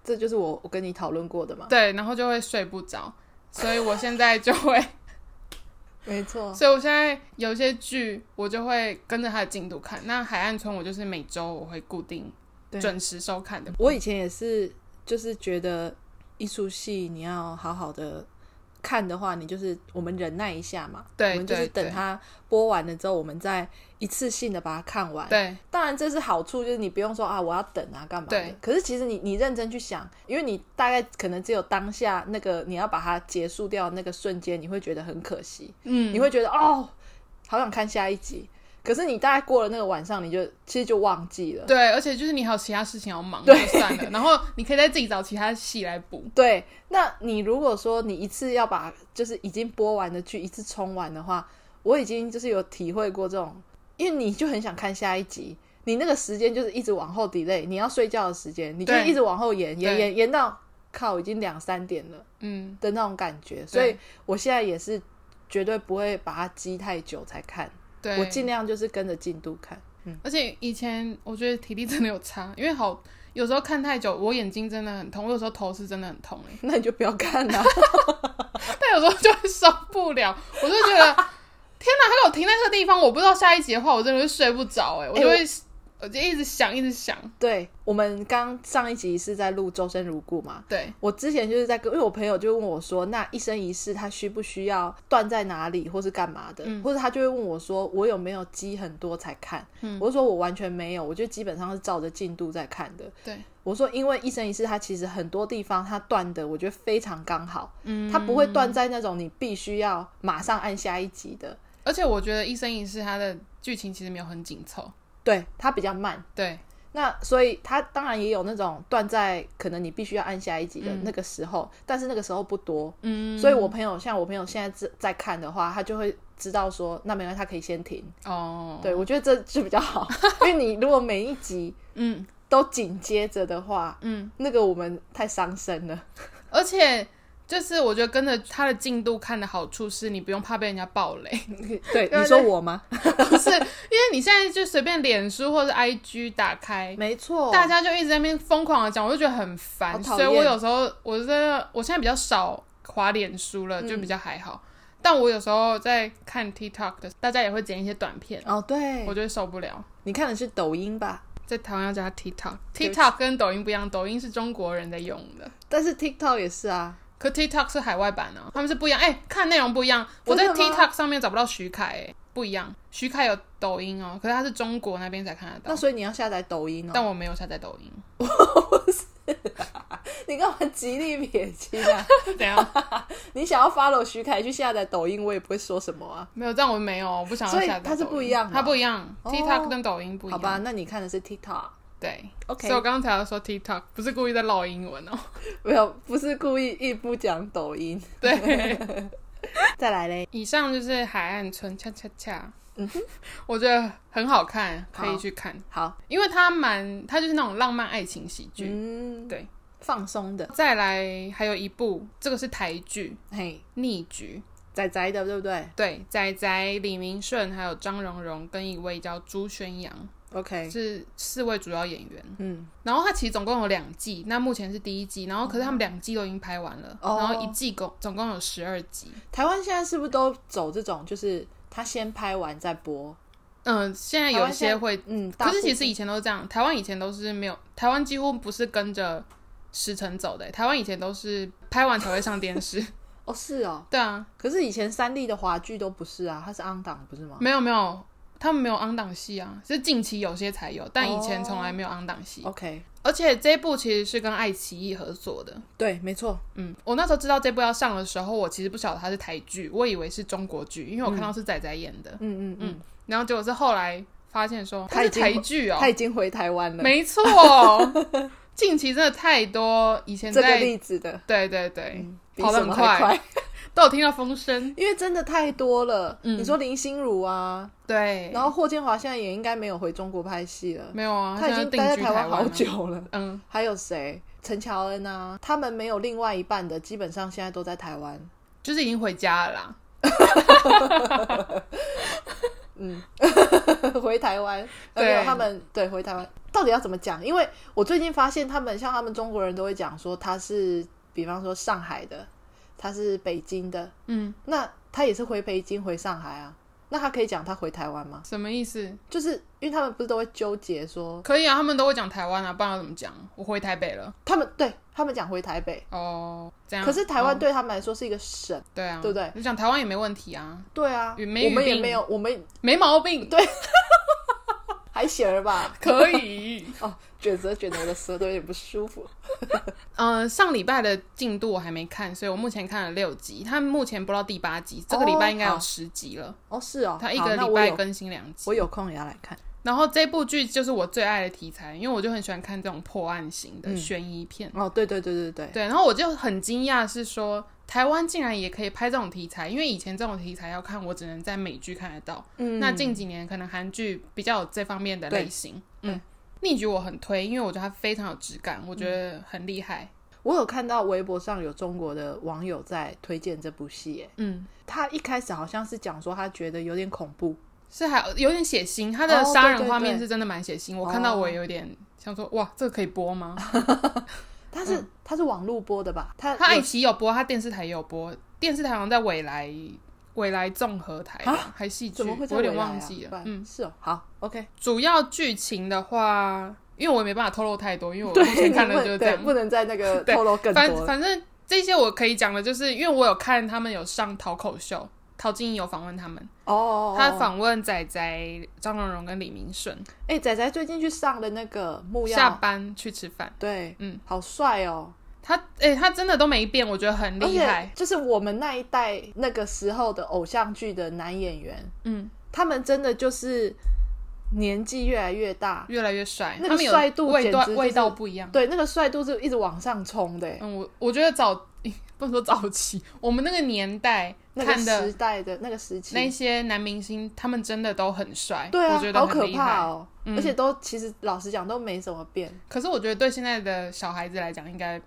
Speaker 2: 这就是我我跟你讨论过的嘛。
Speaker 1: 对，然后就会睡不着，所以我现在就会，
Speaker 2: 没错，
Speaker 1: 所以我现在有些剧我就会跟着它的进度看。那《海岸村》我就是每周我会固定
Speaker 2: 对
Speaker 1: 准时收看的，
Speaker 2: 我以前也是，就是觉得艺术系你要好好的看的话，你就是我们忍耐一下嘛。
Speaker 1: 对
Speaker 2: 我们就是
Speaker 1: 对
Speaker 2: 等
Speaker 1: 对
Speaker 2: 它播完了之后，我们再一次性的把它看完。
Speaker 1: 对
Speaker 2: 当然这是好处，就是你不用说啊，我要等啊，干嘛的
Speaker 1: 对？
Speaker 2: 可是其实你你认真去想，因为你大概可能只有当下那个你要把它结束掉的那个瞬间，你会觉得很可惜，
Speaker 1: 嗯，
Speaker 2: 你会觉得哦，好想看下一集。可是你大概过了那个晚上，你就其实就忘记了。
Speaker 1: 对，而且就是你还有其他事情要忙，就算了，然后你可以再自己找其他戏来补。
Speaker 2: 对，那你如果说你一次要把就是已经播完的剧一次冲完的话，我已经就是有体会过这种，因为你就很想看下一集，你那个时间就是一直往后 delay，你要睡觉的时间，你就
Speaker 1: 对
Speaker 2: 一直往后延，延
Speaker 1: 对
Speaker 2: 延延到靠已经两三点了
Speaker 1: 嗯，
Speaker 2: 的那种感觉，所以我现在也是绝对不会把它积太久才看，
Speaker 1: 对，
Speaker 2: 我尽量就是跟着进度看。
Speaker 1: 而且以前我觉得体力真的有差，因为好有时候看太久，我眼睛真的很痛，我有时候头是真的很痛哎、
Speaker 2: 那你就不要看啊了、
Speaker 1: 但有时候就会受不了，我就觉得 *laughs* 天哪，他给我停在这个地方，我不知道下一集的话，我真的会睡不着哎、我就会、我就一直想一直想，
Speaker 2: *laughs* 对我们刚上一集是在录《周生如故》嘛，
Speaker 1: 对
Speaker 2: 我之前就是在跟，因为我朋友就问我说，那一生一世他需不需要断在哪里，或是干嘛的，或者他就会问我说，我有没有积很多才看？我就说我完全没有，我就基本上是照着进度在看的。
Speaker 1: 对
Speaker 2: 我说，因为一生一世，它其实很多地方它断的，我觉得非常刚好，
Speaker 1: 嗯，
Speaker 2: 它不会断在那种你必须要马上按下一集的，
Speaker 1: 而且我觉得《一生一世》它的剧情其实没有很紧凑，
Speaker 2: 对，它比较慢。
Speaker 1: 对
Speaker 2: 那所以它当然也有那种断在可能你必须要按下一集的那个时候，但是那个时候不多，
Speaker 1: 嗯
Speaker 2: 所以我朋友像我朋友现在在在看的话，他就会知道说，那没关系，他可以先停。
Speaker 1: 哦，
Speaker 2: 对我觉得这就比
Speaker 1: *laughs*
Speaker 2: 较好，因为你如果每一集
Speaker 1: 嗯
Speaker 2: 都紧接着的话，
Speaker 1: 嗯。
Speaker 2: 那个我们太伤
Speaker 1: *laughs*
Speaker 2: 身了。
Speaker 1: 而且就是我觉得跟着它的进度看的好处是，你不用怕被人家暴雷， *laughs*
Speaker 2: 对
Speaker 1: 你说
Speaker 2: 我吗？
Speaker 1: 不是？因为你现在就随便脸书或者 IG 打开。
Speaker 2: 没错，
Speaker 1: 大家就一直在那边疯狂的讲，我就觉得很烦，
Speaker 2: 哦好讨
Speaker 1: 所以
Speaker 2: 厌
Speaker 1: 我有时候我真的我现在比较少滑脸书了，
Speaker 2: 嗯
Speaker 1: 就比较还好。但我有时候在看 TikTok 的，大家也会剪一些短片，
Speaker 2: 哦，对
Speaker 1: 我，就会受不了。
Speaker 2: 你看的是抖音吧？
Speaker 1: 在台湾要叫它 TikTok。
Speaker 2: 对
Speaker 1: TikTok 跟抖音不一样，抖音是中国人在用的，
Speaker 2: 但是 TikTok 也是啊，
Speaker 1: 可 TikTok 是海外版啊，他们是不一样。哎、看内容不一样。我在
Speaker 2: 真的吗
Speaker 1: TikTok 上面找不到徐凯、哎，不一样。徐凯有抖音哦，可是他是中国那边才看得
Speaker 2: 那
Speaker 1: 到，
Speaker 2: 所以你要下载抖音哦。
Speaker 1: 但我没有下载抖音。
Speaker 2: 你干嘛极力撇
Speaker 1: *laughs*
Speaker 2: 清啊？
Speaker 1: 怎样？
Speaker 2: 你想要 follow 徐凯去下载抖音，我也不会说什么啊。
Speaker 1: 没有，但我没有，我不想要
Speaker 2: 所以
Speaker 1: 下载抖音。
Speaker 2: 它是不一样的
Speaker 1: 它不一样。
Speaker 2: 哦
Speaker 1: TikTok 跟抖音不一
Speaker 2: 好
Speaker 1: 样。
Speaker 2: 吧，那你看的是 TikTok，
Speaker 1: 对
Speaker 2: OK
Speaker 1: 所以我刚才要说 TikTok，不是故意在唠英文
Speaker 2: *laughs*
Speaker 1: 哦。
Speaker 2: 没有，不是故意一不讲抖音。
Speaker 1: 对，
Speaker 2: *laughs* 再来嘞，
Speaker 1: 以上就是海岸村恰恰恰。我觉得很好看，可以
Speaker 2: 嗯好
Speaker 1: 去看，
Speaker 2: 好，
Speaker 1: 因为它蛮，它就是那种浪漫爱情喜剧。
Speaker 2: 嗯，
Speaker 1: 对，
Speaker 2: 放松的，
Speaker 1: 再来还有一部，这个是台剧
Speaker 2: 嘿，
Speaker 1: 《逆局
Speaker 2: 仔仔的，对不对》，
Speaker 1: 对，仔仔、李明顺还有张荣荣跟一位叫朱宣阳，
Speaker 2: ？OK，
Speaker 1: 是四位主要演员。
Speaker 2: 嗯，
Speaker 1: 然后它其实总共有两季，那目前是第一季，然后可是他们两季都已经拍完了，
Speaker 2: 哦
Speaker 1: 然后一季共总共有十二集。
Speaker 2: 台湾现在是不是都走这种，就是他先拍完再播？
Speaker 1: 嗯，现在有
Speaker 2: 台
Speaker 1: 一
Speaker 2: 湾现
Speaker 1: 些
Speaker 2: 在
Speaker 1: 会，
Speaker 2: 嗯，大
Speaker 1: 可
Speaker 2: 部
Speaker 1: 是
Speaker 2: 分
Speaker 1: 其实以前都是这样，台湾以前都是没有，台湾几乎不是跟着时辰走的，台湾以前都是拍完才会上电视。
Speaker 2: 哦是哦，
Speaker 1: 对啊，
Speaker 2: 可是以前三立的华剧都不是啊，它是 on 档不是吗？
Speaker 1: 没有没有，他们没有昂档戏啊，是近期有些才有，但以前
Speaker 2: 哦
Speaker 1: 从来没有昂档戏。
Speaker 2: OK，
Speaker 1: 而且这一部其实是跟爱奇艺合作的。
Speaker 2: 对，没错，
Speaker 1: 嗯，我那时候知道这部要上的时候，我其实不晓得它是台剧，我以为是中国剧，因为我看到是仔仔演的，
Speaker 2: 嗯嗯嗯，
Speaker 1: 然后结果是后来发现说它
Speaker 2: 他
Speaker 1: 是
Speaker 2: 已经
Speaker 1: 台剧哦、
Speaker 2: 他已经回台湾了，
Speaker 1: 没错，近期真的太多以前
Speaker 2: 这个
Speaker 1: 在
Speaker 2: 例子的，嗯
Speaker 1: 对对对、
Speaker 2: 比
Speaker 1: 跑得
Speaker 2: 什
Speaker 1: 很
Speaker 2: 么还快， *laughs*
Speaker 1: 都有听到风声，
Speaker 2: 因为真的太多了。
Speaker 1: 嗯
Speaker 2: 你说林心如啊，
Speaker 1: 对，
Speaker 2: 然后霍建华现在也应该没有回中国拍戏了，
Speaker 1: 没有啊，
Speaker 2: 他已
Speaker 1: 现在
Speaker 2: 经
Speaker 1: 定
Speaker 2: 待在
Speaker 1: 居
Speaker 2: 台湾
Speaker 1: 湾
Speaker 2: 好
Speaker 1: 了，
Speaker 2: 久了。
Speaker 1: 嗯，
Speaker 2: 还有谁？陈乔恩啊，他们没有另外一半的，基本上现在都在台湾。 *laughs*
Speaker 1: 就是已经回家了啦。
Speaker 2: 回台湾，呃，
Speaker 1: 对
Speaker 2: 没有他们对回台湾，到底要怎么讲？因为我最近发现他们像他们中国人都会讲说他是，比方说上海的，他是北京的，
Speaker 1: 嗯，
Speaker 2: 那他也是回北京回上海啊，那他可以讲他回台湾吗？
Speaker 1: 什么意思？
Speaker 2: 就是因为他们不是都会纠结说
Speaker 1: 可以啊，他们都会讲台湾啊，不然要怎么讲？我回台北了
Speaker 2: 他们对他们讲回台北，
Speaker 1: 哦，这样。
Speaker 2: 可是台湾
Speaker 1: 哦
Speaker 2: 对他们来说是一个省，
Speaker 1: 对啊，
Speaker 2: 对不对
Speaker 1: 你讲台湾也没问题啊，
Speaker 2: 对啊，
Speaker 1: 语没语
Speaker 2: 我们也
Speaker 1: 病
Speaker 2: 没有，我们
Speaker 1: 没毛
Speaker 2: *laughs*
Speaker 1: 病，
Speaker 2: 还行儿吧。
Speaker 1: 可以。
Speaker 2: 哦，卷舌卷得我的舌头有点不舒服。
Speaker 1: 呃，上礼拜的进度我还没看，所以我目前看了六集，他们目前播到第八集，这个礼拜应该有
Speaker 2: 好
Speaker 1: 十集了。
Speaker 2: 哦，是哦，
Speaker 1: 他一
Speaker 2: 好
Speaker 1: 个
Speaker 2: 那
Speaker 1: 礼
Speaker 2: 我
Speaker 1: 拜
Speaker 2: 有
Speaker 1: 更新两集
Speaker 2: 我。有空也要来看。
Speaker 1: 然后这部剧就是我最爱的题材，因为我就很喜欢看这种破案型
Speaker 2: 嗯
Speaker 1: 的悬疑片。
Speaker 2: 哦，对对对对对，
Speaker 1: 对，然后我就很惊讶，是说台湾竟然也可以拍这种题材，因为以前这种题材要看，我只能在美剧看得到。
Speaker 2: 嗯
Speaker 1: 那近几年可能韩剧比较有这方面的类型。
Speaker 2: 对
Speaker 1: 嗯
Speaker 2: 对，
Speaker 1: 逆局我很推，因为我觉得它非常有质感，我觉得很厉害。
Speaker 2: 我有看到微博上有中国的网友在推荐这部戏，耶
Speaker 1: 嗯，
Speaker 2: 他一开始好像是讲说他觉得有点恐怖，
Speaker 1: 是还有有点血腥，它的
Speaker 2: 哦
Speaker 1: 杀
Speaker 2: 对
Speaker 1: 人
Speaker 2: 对
Speaker 1: 画面
Speaker 2: 对
Speaker 1: 是真的蛮血腥，我看到
Speaker 2: 哦啊
Speaker 1: 我也有点想说，哇，这个可以播吗？
Speaker 2: 他是、他是网路播的吧？他
Speaker 1: 嗯他爱
Speaker 2: 有
Speaker 1: 奇艺有播，他电视台也有播，电视台好像在未来未来综合台吧还戏剧，
Speaker 2: 啊怎么会
Speaker 1: 我
Speaker 2: 在
Speaker 1: 有点
Speaker 2: 未来啊
Speaker 1: 忘记了。，
Speaker 2: 不
Speaker 1: 嗯
Speaker 2: 然，是哦，好，OK，
Speaker 1: 主要剧情的话，因为我也没办法透露太多，因为我目前看的就是这
Speaker 2: 对，
Speaker 1: 样。
Speaker 2: 不能在那
Speaker 1: *laughs*
Speaker 2: 个透露更
Speaker 1: 反
Speaker 2: 多。
Speaker 1: 反正这些我可以讲的，就是因为我有看他们有上逃口秀，陶晶莹有访问他们，
Speaker 2: 哦哦，哦
Speaker 1: 他，访问仔仔、张荣荣跟李明顺，
Speaker 2: 哎，仔仔最近去上了那个木
Speaker 1: 下
Speaker 2: 曜，
Speaker 1: 班去吃饭。
Speaker 2: 对，
Speaker 1: 嗯，
Speaker 2: 好帅哦，
Speaker 1: 他哎、他真的都没变，我觉得很
Speaker 2: 而
Speaker 1: 厉害
Speaker 2: 且。就是我们那一代那个时候的偶像剧的男演员，
Speaker 1: 嗯，
Speaker 2: 他们真的就是年纪越来越大，
Speaker 1: 越来越帅，
Speaker 2: 那个
Speaker 1: 他们有
Speaker 2: 帅度
Speaker 1: 味
Speaker 2: 简
Speaker 1: 道
Speaker 2: 直就是
Speaker 1: 味道不一样。
Speaker 2: 对，那个帅度是一直往上冲的欸，
Speaker 1: 嗯，我我觉得早 *laughs* 不能说早期，我们那个年代
Speaker 2: 那个
Speaker 1: 看
Speaker 2: 时
Speaker 1: 的
Speaker 2: 代的那个时期，
Speaker 1: 那些男明星，他们真的都很帅，
Speaker 2: 对啊
Speaker 1: 我觉，得
Speaker 2: 好
Speaker 1: 很
Speaker 2: 可
Speaker 1: 厉害。嗯
Speaker 2: 怕哦。而且都其实老实讲都没怎么变，
Speaker 1: 可是我觉得对现在的小孩子来讲，应该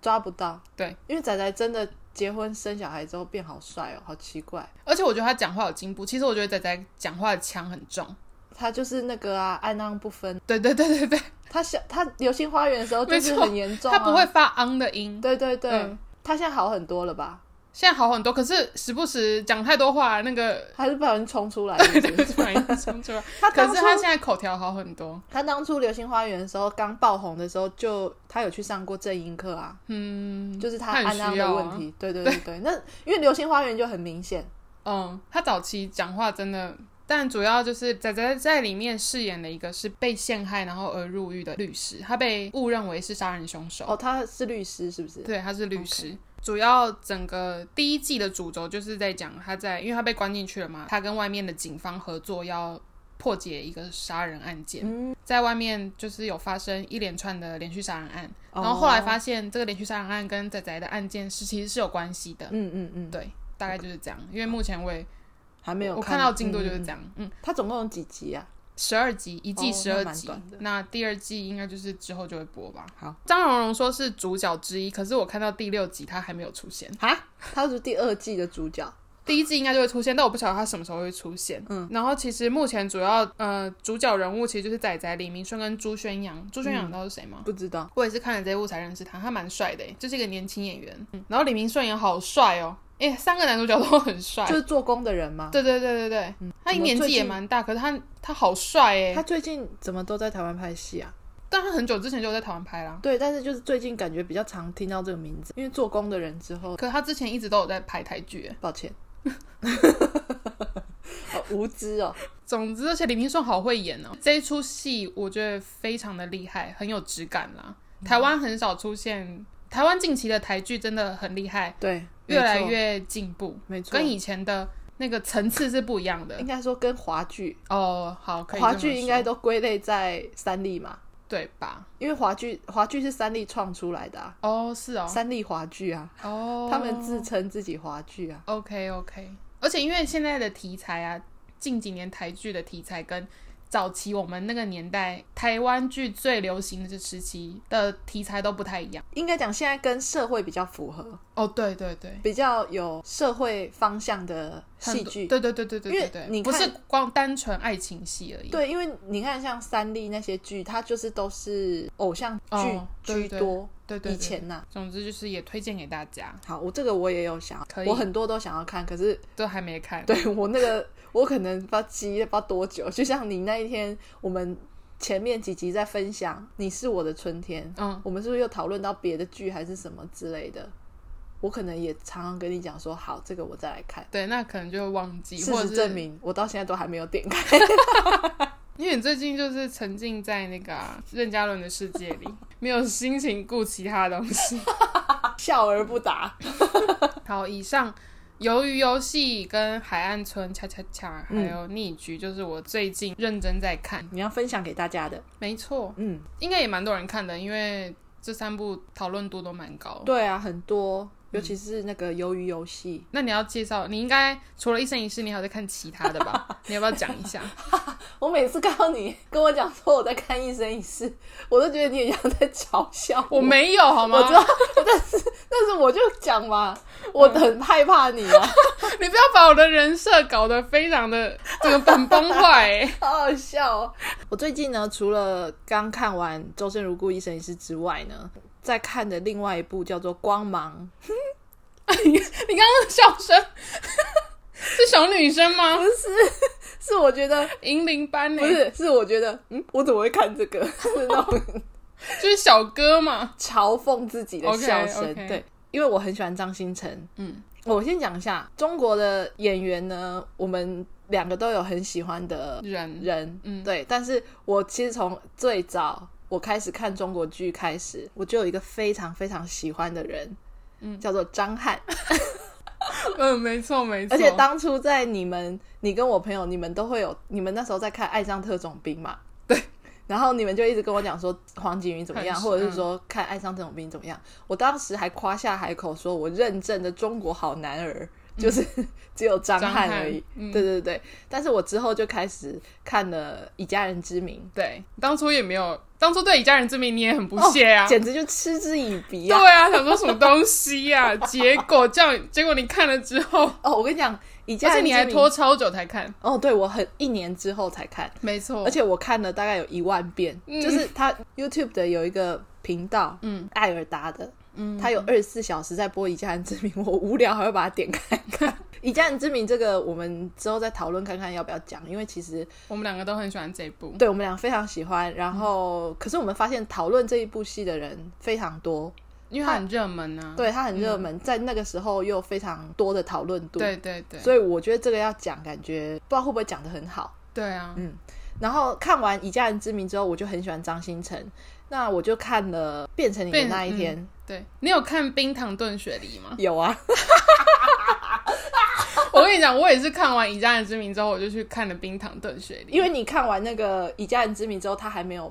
Speaker 2: 抓不到。
Speaker 1: 对，
Speaker 2: 因为仔仔真的结婚生小孩之后变好帅哦，好奇怪。
Speaker 1: 而且我觉得他讲话有进步。其实我觉得仔仔讲话的腔很重，
Speaker 2: 他就是那个啊，爱浪不分。
Speaker 1: 对对对对对，
Speaker 2: 他小他流星花园的时候就
Speaker 1: 没
Speaker 2: 是
Speaker 1: 错
Speaker 2: 很严重、啊，
Speaker 1: 他不会。发昂的音，
Speaker 2: 对对对，
Speaker 1: 嗯
Speaker 2: 他现在好很多了吧？
Speaker 1: 现在好很多，可是时不时讲太多话，那个 *laughs*
Speaker 2: 还是不小心冲出来是不是。
Speaker 1: 突然冲出来。
Speaker 2: 他
Speaker 1: 可
Speaker 2: 当
Speaker 1: 是
Speaker 2: 初
Speaker 1: 他现在口条好很多，
Speaker 2: 他当初《流星花园》的时候刚爆红的时候就，他有去上过正音课啊，
Speaker 1: 嗯，
Speaker 2: 就是他
Speaker 1: 他很
Speaker 2: 安安
Speaker 1: 需
Speaker 2: 的
Speaker 1: 要
Speaker 2: 问
Speaker 1: 啊 *laughs*
Speaker 2: 题。对对对对，那因为《流星花园》就很明显，
Speaker 1: 嗯，他早期讲话真的，但主要就是仔仔在里面饰演的一个是被陷害然后而入狱的律师，他被误认为是啊杀人凶手。
Speaker 2: 哦，他是律师是不是？
Speaker 1: 对，他是律师。主要整个第一季的主轴就是在讲他在，因为他被关进去了嘛，他跟外面的警方合作要破解一个杀人案件，
Speaker 2: 嗯
Speaker 1: 在外面就是有发生一连串的连续杀人案，
Speaker 2: 哦
Speaker 1: 然后后来发现这个连续杀人案跟仔仔的案件是其实是有关系的，
Speaker 2: 嗯嗯嗯，
Speaker 1: 对，大概就是这样。因为目前我也
Speaker 2: 还没有
Speaker 1: 我看到进度
Speaker 2: 嗯
Speaker 1: 就是
Speaker 2: 嗯
Speaker 1: 这样，嗯，
Speaker 2: 他总共有几集啊？
Speaker 1: 十二集，一季
Speaker 2: 哦
Speaker 1: 十
Speaker 2: 那
Speaker 1: 二
Speaker 2: 蛮
Speaker 1: 集、
Speaker 2: 短的
Speaker 1: 那第二季应该就是之后就会播吧。
Speaker 2: 好，
Speaker 1: 张荣荣说是主角之一，可是我看到第六集他还没有出现，
Speaker 2: 啊，他是第二季的主角。
Speaker 1: 第一季应该就会出现，但我不晓得他什么时候会出现。嗯，然后其实目前主要呃主角人物其实就是仔仔、李明顺跟朱宣阳，朱
Speaker 2: 嗯
Speaker 1: 宣阳你知道是谁吗？
Speaker 2: 不知道，
Speaker 1: 我也是看了这部才认识他，他蛮帅的耶，就是一个年轻演员。嗯，然后李明顺也好帅哦，哎，三个男主角都很帅。
Speaker 2: 就是做工的人吗？
Speaker 1: 对对对对对，他
Speaker 2: 我
Speaker 1: 年
Speaker 2: 嗯最
Speaker 1: 纪也
Speaker 2: 近
Speaker 1: 蛮大，可是他他好帅哎，
Speaker 2: 他最近怎么都在台湾拍戏啊？
Speaker 1: 但他很久之前就有在台湾拍啦。
Speaker 2: 对，但是就是最近感觉比较常听到这个名字，因为做工的人之后，
Speaker 1: 可他之前一直都有在拍台剧耶，*laughs*
Speaker 2: 抱歉，好无知哦。
Speaker 1: 总之，而且李明顺好会演哦，这一出戏我觉得非常的厉害，很有质感啦。
Speaker 2: 嗯
Speaker 1: 台湾很少出现，台湾近期的台剧真的很厉害，
Speaker 2: 对，
Speaker 1: 越来
Speaker 2: 没错
Speaker 1: 越进步，
Speaker 2: 没错，
Speaker 1: 跟以前的那个层次是不一样的
Speaker 2: 应。该说跟华剧，
Speaker 1: 哦，好，可以这么
Speaker 2: 华剧应该都归类在三立嘛，
Speaker 1: 说对吧？
Speaker 2: 因为华剧华剧是三立创出来的、啊，
Speaker 1: 哦，是哦，
Speaker 2: 三立华剧啊，
Speaker 1: 哦，
Speaker 2: *laughs* 他们自称自己华剧啊。
Speaker 1: OK OK，而且因为现在的题材啊，近几年台剧的题材跟早期我们那个年代台湾剧最流行的时期的题材都不太一样。
Speaker 2: 应该讲现在跟社会比较符合，
Speaker 1: 哦，对对对，
Speaker 2: 比较有社会方向的戏
Speaker 1: 很多
Speaker 2: 剧。
Speaker 1: 对对对对对
Speaker 2: 因
Speaker 1: 对
Speaker 2: 为
Speaker 1: 对，
Speaker 2: 你
Speaker 1: 不
Speaker 2: 看
Speaker 1: 是光单纯爱情戏而已。
Speaker 2: 对，因为你看像三立那些剧，它就是都是偶像剧、
Speaker 1: 哦对
Speaker 2: 居多。
Speaker 1: 对对对
Speaker 2: 以前啊呐、
Speaker 1: 总之就是也推荐给大家，
Speaker 2: 好，我这个我也有想
Speaker 1: 可，以
Speaker 2: 我很多都想要看，可是
Speaker 1: 都还没看。
Speaker 2: 对我那个我可能不知道积不知道多久，就像你那一天我们。前面几集在分享《你是我的春天》，
Speaker 1: 嗯，
Speaker 2: 我们是不是又讨论到别的剧还是什么之类的？我可能也常常跟你讲说，好，这个我再来看。
Speaker 1: 对，那可能就会忘记，
Speaker 2: 事
Speaker 1: 或者
Speaker 2: 实
Speaker 1: 是
Speaker 2: 证，明，我到现在都还没有点开。 *laughs*
Speaker 1: 因为你最近就是沉浸在那个啊任嘉伦的世界里，没有心情顾其他东西。
Speaker 2: 笑而不答。
Speaker 1: 好，以上《鱿鱼游戏》跟《海岸村恰恰恰》
Speaker 2: 嗯
Speaker 1: 还有《逆局》，就是我最近认真在看。
Speaker 2: 你要分享给大家的，
Speaker 1: 没错，
Speaker 2: 嗯，
Speaker 1: 应该也蛮多人看的，因为这三部讨论度都蛮高。
Speaker 2: 对啊，很多，尤其是那个鱿鱼游戏，
Speaker 1: 那你要介绍，你应该除了一生一世，你还有在看其他的 *laughs* 吧？你要不要讲一下？
Speaker 2: 我每次看到你跟我讲说我在看《一生一世》，我都觉得你也像在嘲笑
Speaker 1: 我没有好吗？
Speaker 2: 我知道，但是但是我就讲嘛，我很害怕你 *laughs* 啊，
Speaker 1: 你不要把我的人设搞得非常的这个本崩坏、欸。
Speaker 2: 好好笑哦。我最近呢，除了刚看完《周生如故一生一世》之外呢，在看的另外一部叫做《光芒》，
Speaker 1: *laughs* 你刚刚的笑声 *laughs* 是小女生吗？
Speaker 2: 是我觉得
Speaker 1: 银铃班、欸、
Speaker 2: 不是，是我觉得，嗯，我怎么会看这 *laughs* 个？是那种
Speaker 1: 就是小哥嘛？
Speaker 2: 嘲讽自己的笑声。
Speaker 1: OK，OK
Speaker 2: 对，因为我很喜欢张新成。
Speaker 1: 嗯，
Speaker 2: 我先讲一下中国的演员呢，我们两个都有很喜欢的
Speaker 1: 人
Speaker 2: 人，
Speaker 1: 嗯
Speaker 2: 对。但是我其实从最早我开始看中国剧开始，我就有一个非常非常喜欢的人，
Speaker 1: 嗯
Speaker 2: 叫做张翰。
Speaker 1: 嗯，没错没错。
Speaker 2: 而且当初在你们，你跟我朋友，你们都会有，你们那时候在看《爱上特种兵》嘛？
Speaker 1: 对。
Speaker 2: 然后你们就一直跟我讲说黄景瑜怎么样，
Speaker 1: 很
Speaker 2: 或者是说看《爱上特种兵》怎么样。我当时还夸下海口说，我认证的中国好男儿就是、 *laughs* 只有
Speaker 1: 嗯
Speaker 2: 张
Speaker 1: 张
Speaker 2: 翰
Speaker 1: 翰
Speaker 2: 而已。
Speaker 1: 嗯
Speaker 2: 对对对。但是我之后就开始看了《以家人之名》
Speaker 1: 对，当初也没有，当初对以家人之名你也很不屑啊。
Speaker 2: 哦简直就嗤之以鼻
Speaker 1: 对
Speaker 2: 啊！
Speaker 1: 啊，想说什么东西 *laughs* 呀、结果叫你，结果你看了之后，
Speaker 2: 哦，我跟你讲，《以
Speaker 1: 而
Speaker 2: 家
Speaker 1: 且
Speaker 2: 人之
Speaker 1: 你
Speaker 2: 名
Speaker 1: 还》拖超久才看，
Speaker 2: 哦，对我很一年之后才看。
Speaker 1: 没错
Speaker 2: 而。且我看了大概有一万遍，
Speaker 1: 嗯
Speaker 2: 就是他 YouTube 的有一个频道，
Speaker 1: 嗯，
Speaker 2: 艾尔达的，
Speaker 1: 嗯，
Speaker 2: 它有二十四小时在播《以家人之名》，我无聊还会把它点开看。 *laughs* 《以家人之名》这个，我们之后再讨论看看要不要讲，因为其实
Speaker 1: 我们两个都很喜欢这一部。
Speaker 2: 对我们俩非常喜欢。然后，
Speaker 1: 嗯
Speaker 2: 可是我们发现讨论这一部戏的人非常多，
Speaker 1: 因为它很热门啊。
Speaker 2: 对它很热门，在那个时候又有非常多的讨论度。
Speaker 1: 对对对
Speaker 2: 所以我觉得这个要讲，感觉不知道会不会讲的很好。
Speaker 1: 对啊，
Speaker 2: 嗯然后看完《以家人之名》之后，我就很喜欢张新成，那我就看了《变成你的
Speaker 1: 变
Speaker 2: 那一天》？
Speaker 1: 嗯对你有看《冰糖炖雪梨》吗 *laughs*
Speaker 2: 有啊，
Speaker 1: 我跟你讲，我也是看完《以家人之名》之后，我就去看了《冰糖炖雪梨》，
Speaker 2: 因为你看完那个《以家人之名》之后，他还没有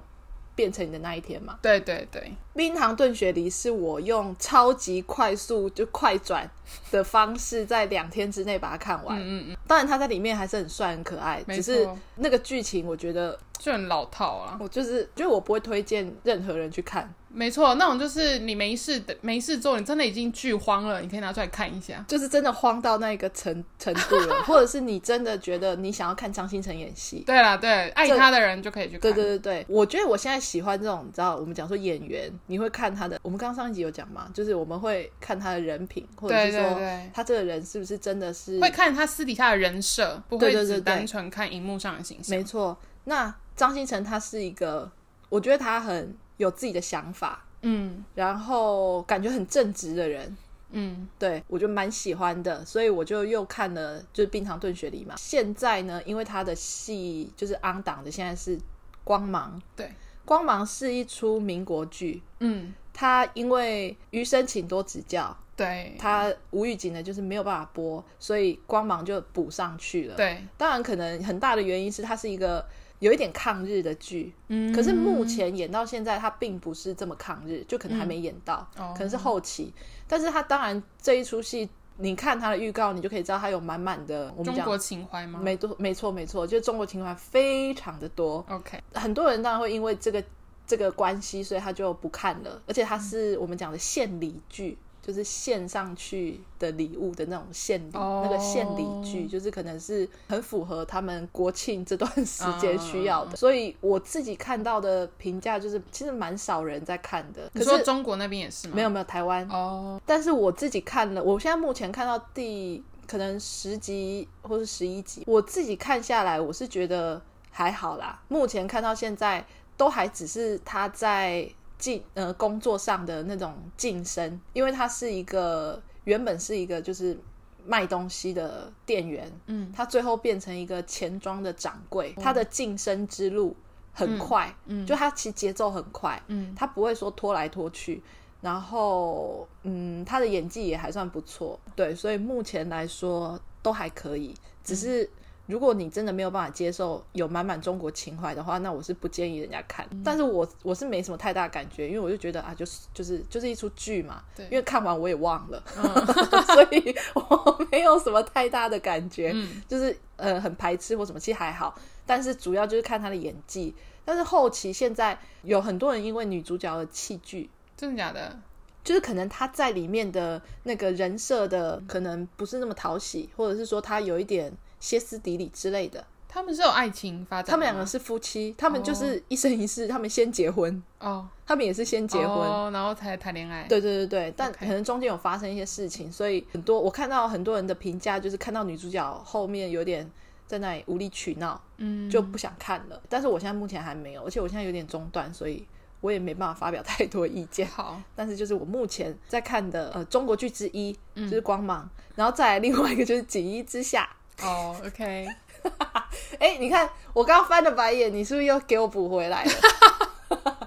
Speaker 2: 变成你的那一天嘛。
Speaker 1: 对对对，
Speaker 2: 冰糖炖雪梨是我用超级快速就快转的方式，在两天之内把它看完。
Speaker 1: 嗯嗯嗯，
Speaker 2: 当然他在里面还是很帅很可爱，
Speaker 1: 没
Speaker 2: 只
Speaker 1: 错
Speaker 2: 是那个剧情，我觉得
Speaker 1: 就很老套啊。
Speaker 2: 我就是就是我不会推荐任何人去看，
Speaker 1: 没错，那种就是你没事的没事做，你真的已经剧荒了，你可以拿出来看一下。
Speaker 2: 就是真的慌到那个程程度了， *laughs* 或者是你真的觉得你想要看张新成演戏。
Speaker 1: 对啦，对，爱
Speaker 2: 这
Speaker 1: 他的人就可以去看。
Speaker 2: 对对对对，我觉得我现在喜欢这种，你知道，我们讲说演员，你会看他的，我们刚刚上一集有讲嘛，就是我们会看他的人品，或者
Speaker 1: 对
Speaker 2: 是
Speaker 1: 对
Speaker 2: 说
Speaker 1: 对
Speaker 2: 他这个人是不是真的是
Speaker 1: 会看他私底下的人设，不
Speaker 2: 对
Speaker 1: 会
Speaker 2: 对对
Speaker 1: 只
Speaker 2: 对
Speaker 1: 单纯看荧幕上的形象。
Speaker 2: 没错，那张新成他是一个，我觉得他很有自己的想法，
Speaker 1: 嗯
Speaker 2: 然后感觉很正直的人，
Speaker 1: 嗯，
Speaker 2: 对我就蛮喜欢的，所以我就又看了就是《冰糖炖雪梨》嘛。现在呢，因为他的戏就是昂档的，现在是《光芒》，
Speaker 1: 对，
Speaker 2: 《光芒》是一出民国剧。
Speaker 1: 嗯
Speaker 2: 他因为余生请多指教，
Speaker 1: 对
Speaker 2: 他无预警的就是没有办法播，所以光芒就补上去了。
Speaker 1: 对，
Speaker 2: 当然，可能很大的原因是它是一个有一点抗日的剧，
Speaker 1: 嗯。
Speaker 2: 可是目前演到现在，它并不是这么抗日，就可能还没演到，
Speaker 1: 哦
Speaker 2: 可能是后期。但是它当然这一出戏，你看它的预告，你就可以知道它有满满的我们
Speaker 1: 中
Speaker 2: 讲
Speaker 1: 国。情怀吗？
Speaker 2: 没错，没错，没错，就是中国情怀非常的多，
Speaker 1: OK，
Speaker 2: 很多人当然会因为这个这个关系，所以他就不看了。而且它是我们讲的献礼剧，就是献上去的礼物的那种献礼，
Speaker 1: 哦
Speaker 2: 那个献礼剧就是可能是很符合他们国庆这段时间
Speaker 1: 啊
Speaker 2: 需要的。所以我自己看到的评价就是，其实蛮少人在看的。
Speaker 1: 你
Speaker 2: 可
Speaker 1: 说
Speaker 2: 是
Speaker 1: 中国那边也是吗？
Speaker 2: 没有没有台湾，
Speaker 1: 哦，
Speaker 2: 但是我自己看了，我现在目前看到第可能十集或是十一集，我自己看下来，我是觉得还好啦。目前看到现在，都还只是他在晋呃工作上的那种晋升，因为他是一个原本是一个就是卖东西的店员，
Speaker 1: 嗯，
Speaker 2: 他最后变成一个钱庄的掌柜，他的晋升之路很快，
Speaker 1: 嗯嗯
Speaker 2: 就他其实节奏很快，
Speaker 1: 嗯，
Speaker 2: 他不会说拖来拖去。然后，嗯，他的演技也还算不错，对，所以目前来说都还可以。只
Speaker 1: 嗯
Speaker 2: 是如果你真的没有办法接受有满满中国情怀的话，那我是不建议人家看。
Speaker 1: 嗯
Speaker 2: 但是我我是没什么太大感觉，因为我就觉得啊，就是就是就是一出剧嘛，
Speaker 1: 对嗯
Speaker 2: 因为看完我也忘了， *laughs* 所以我没有什么太大的感觉，
Speaker 1: 嗯
Speaker 2: 就是呃很排斥或什么，其实还好。但是主要就是看他的演技。但是后期现在有很多人因为女主角的弃剧，
Speaker 1: 真的假的？
Speaker 2: 就是可能他在里面的那个人设的可能不是那么讨喜，或者是说他有一点歇斯底里之类的。
Speaker 1: 他们是有爱情发展的吗，
Speaker 2: 他们两个是夫妻，他们就是一生一世，他们先结婚，
Speaker 1: 哦
Speaker 2: 他们也是先结婚。
Speaker 1: 哦然后才谈恋爱。
Speaker 2: 对对对对，但
Speaker 1: OK
Speaker 2: 可能中间有发生一些事情，所以很多我看到很多人的评价就是看到女主角后面有点在那里无理取闹，
Speaker 1: 嗯，
Speaker 2: 就不想看了。但是我现在目前还没有，而且我现在有点中断，所以我也没办法发表太多意见。
Speaker 1: 好，
Speaker 2: 但是就是我目前在看的呃中国剧之一就是《光芒》然后再来另外一个就是《锦衣之下
Speaker 1: 哦，OK，》。
Speaker 2: 哎，你看我刚刚翻了白眼，你是不是又给我补回来了？ *laughs* 《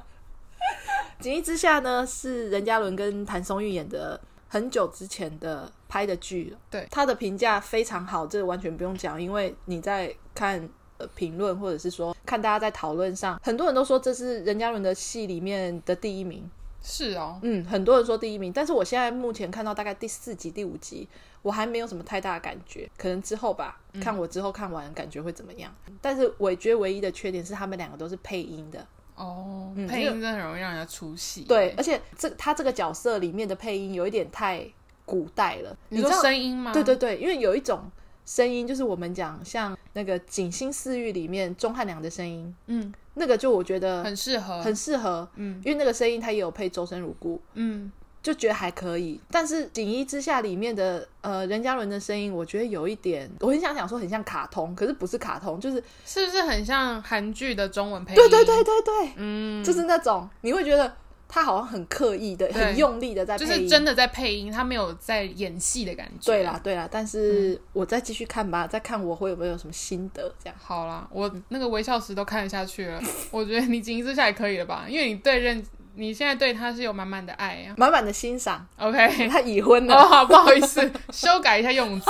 Speaker 2: 锦衣之下》呢是任嘉伦跟谭松韵演的，很久之前的拍的剧了。
Speaker 1: 对
Speaker 2: 他的评价非常好，这个完全不用讲，因为你在看。呃，评论或者是说看大家在讨论上，很多人都说这是任嘉伦的戏里面的第一名，
Speaker 1: 是哦，
Speaker 2: 嗯，很多人说第一名，但是我现在目前看到大概第四集、第五集，我还没有什么太大的感觉，可能之后吧，
Speaker 1: 嗯
Speaker 2: 看我之后看完感觉会怎么样。但是我觉得唯一的缺点是他们两个都是配音的，
Speaker 1: 哦，
Speaker 2: 嗯
Speaker 1: 配
Speaker 2: 因为
Speaker 1: 音真的很容易让人家出戏。
Speaker 2: 对，，而且这他这个角色里面的配音有一点太古代了，
Speaker 1: 你
Speaker 2: 知
Speaker 1: 说
Speaker 2: 道
Speaker 1: 声啊音吗？
Speaker 2: 对对对，因为有一种声音就是我们讲像那个《锦心似玉》里面钟汉良的声音，
Speaker 1: 嗯，
Speaker 2: 那个就我觉得
Speaker 1: 很适合，
Speaker 2: 嗯很适合，
Speaker 1: 嗯
Speaker 2: 因为那个声音他也有配周生如故，
Speaker 1: 嗯，
Speaker 2: 就觉得还可以。但是《锦衣之下》里面的呃任嘉伦的声音，我觉得有一点，我很想讲说很像卡通，可是不是卡通，就是
Speaker 1: 是不是很像韩剧的中文配音？
Speaker 2: 对对对，对对，
Speaker 1: 嗯，
Speaker 2: 就是那种你会觉得他好像很刻意的、
Speaker 1: 对
Speaker 2: 很用力的在配
Speaker 1: 就
Speaker 2: 音，
Speaker 1: 是真的在配音，他没有在演戏的感觉。
Speaker 2: 对啦，
Speaker 1: 嗯
Speaker 2: 对啦，但是我再继续看吧，再看我会有没有什么心得这样。
Speaker 1: 好啦，我
Speaker 2: 嗯
Speaker 1: 那个微笑时都看得下去了，我觉得你仅之下也可以了吧？因为你对认，你现在对他是有满满的爱呀、
Speaker 2: 满满的欣赏，
Speaker 1: OK， *laughs*
Speaker 2: 他已婚了，
Speaker 1: 嗯哦，不好意思，修改一下用词。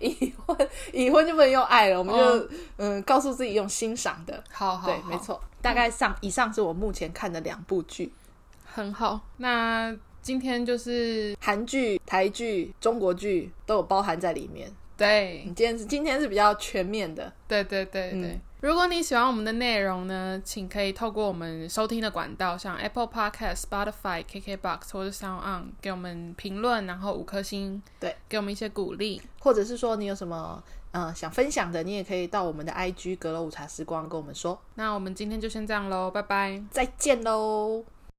Speaker 2: 已婚，已婚就不能用爱了，我们就、
Speaker 1: 哦
Speaker 2: 嗯，告诉自己用欣赏的，
Speaker 1: 好好，
Speaker 2: 对，
Speaker 1: 好
Speaker 2: 没，错。大概上以上是我目前看的两部剧，
Speaker 1: 很好。那今天就是
Speaker 2: 韩剧、台剧、中国剧都有包含在里面。
Speaker 1: 对
Speaker 2: 你今天是今天是比较全面的，
Speaker 1: 对对对对。
Speaker 2: 嗯
Speaker 1: 如果你喜欢我们的内容呢，请可以透过我们收听的管道，像 Apple Podcast、Spotify、KKBox 或者 Sound On，给我们评论，然后五颗星，
Speaker 2: 对，
Speaker 1: 给我们一些鼓励。
Speaker 2: 或者是说你有什么嗯、呃想分享的，你也可以到我们的 IG 阁楼午茶时光跟我们说。
Speaker 1: 那我们今天就先这样喽，拜拜。
Speaker 2: 再见喽。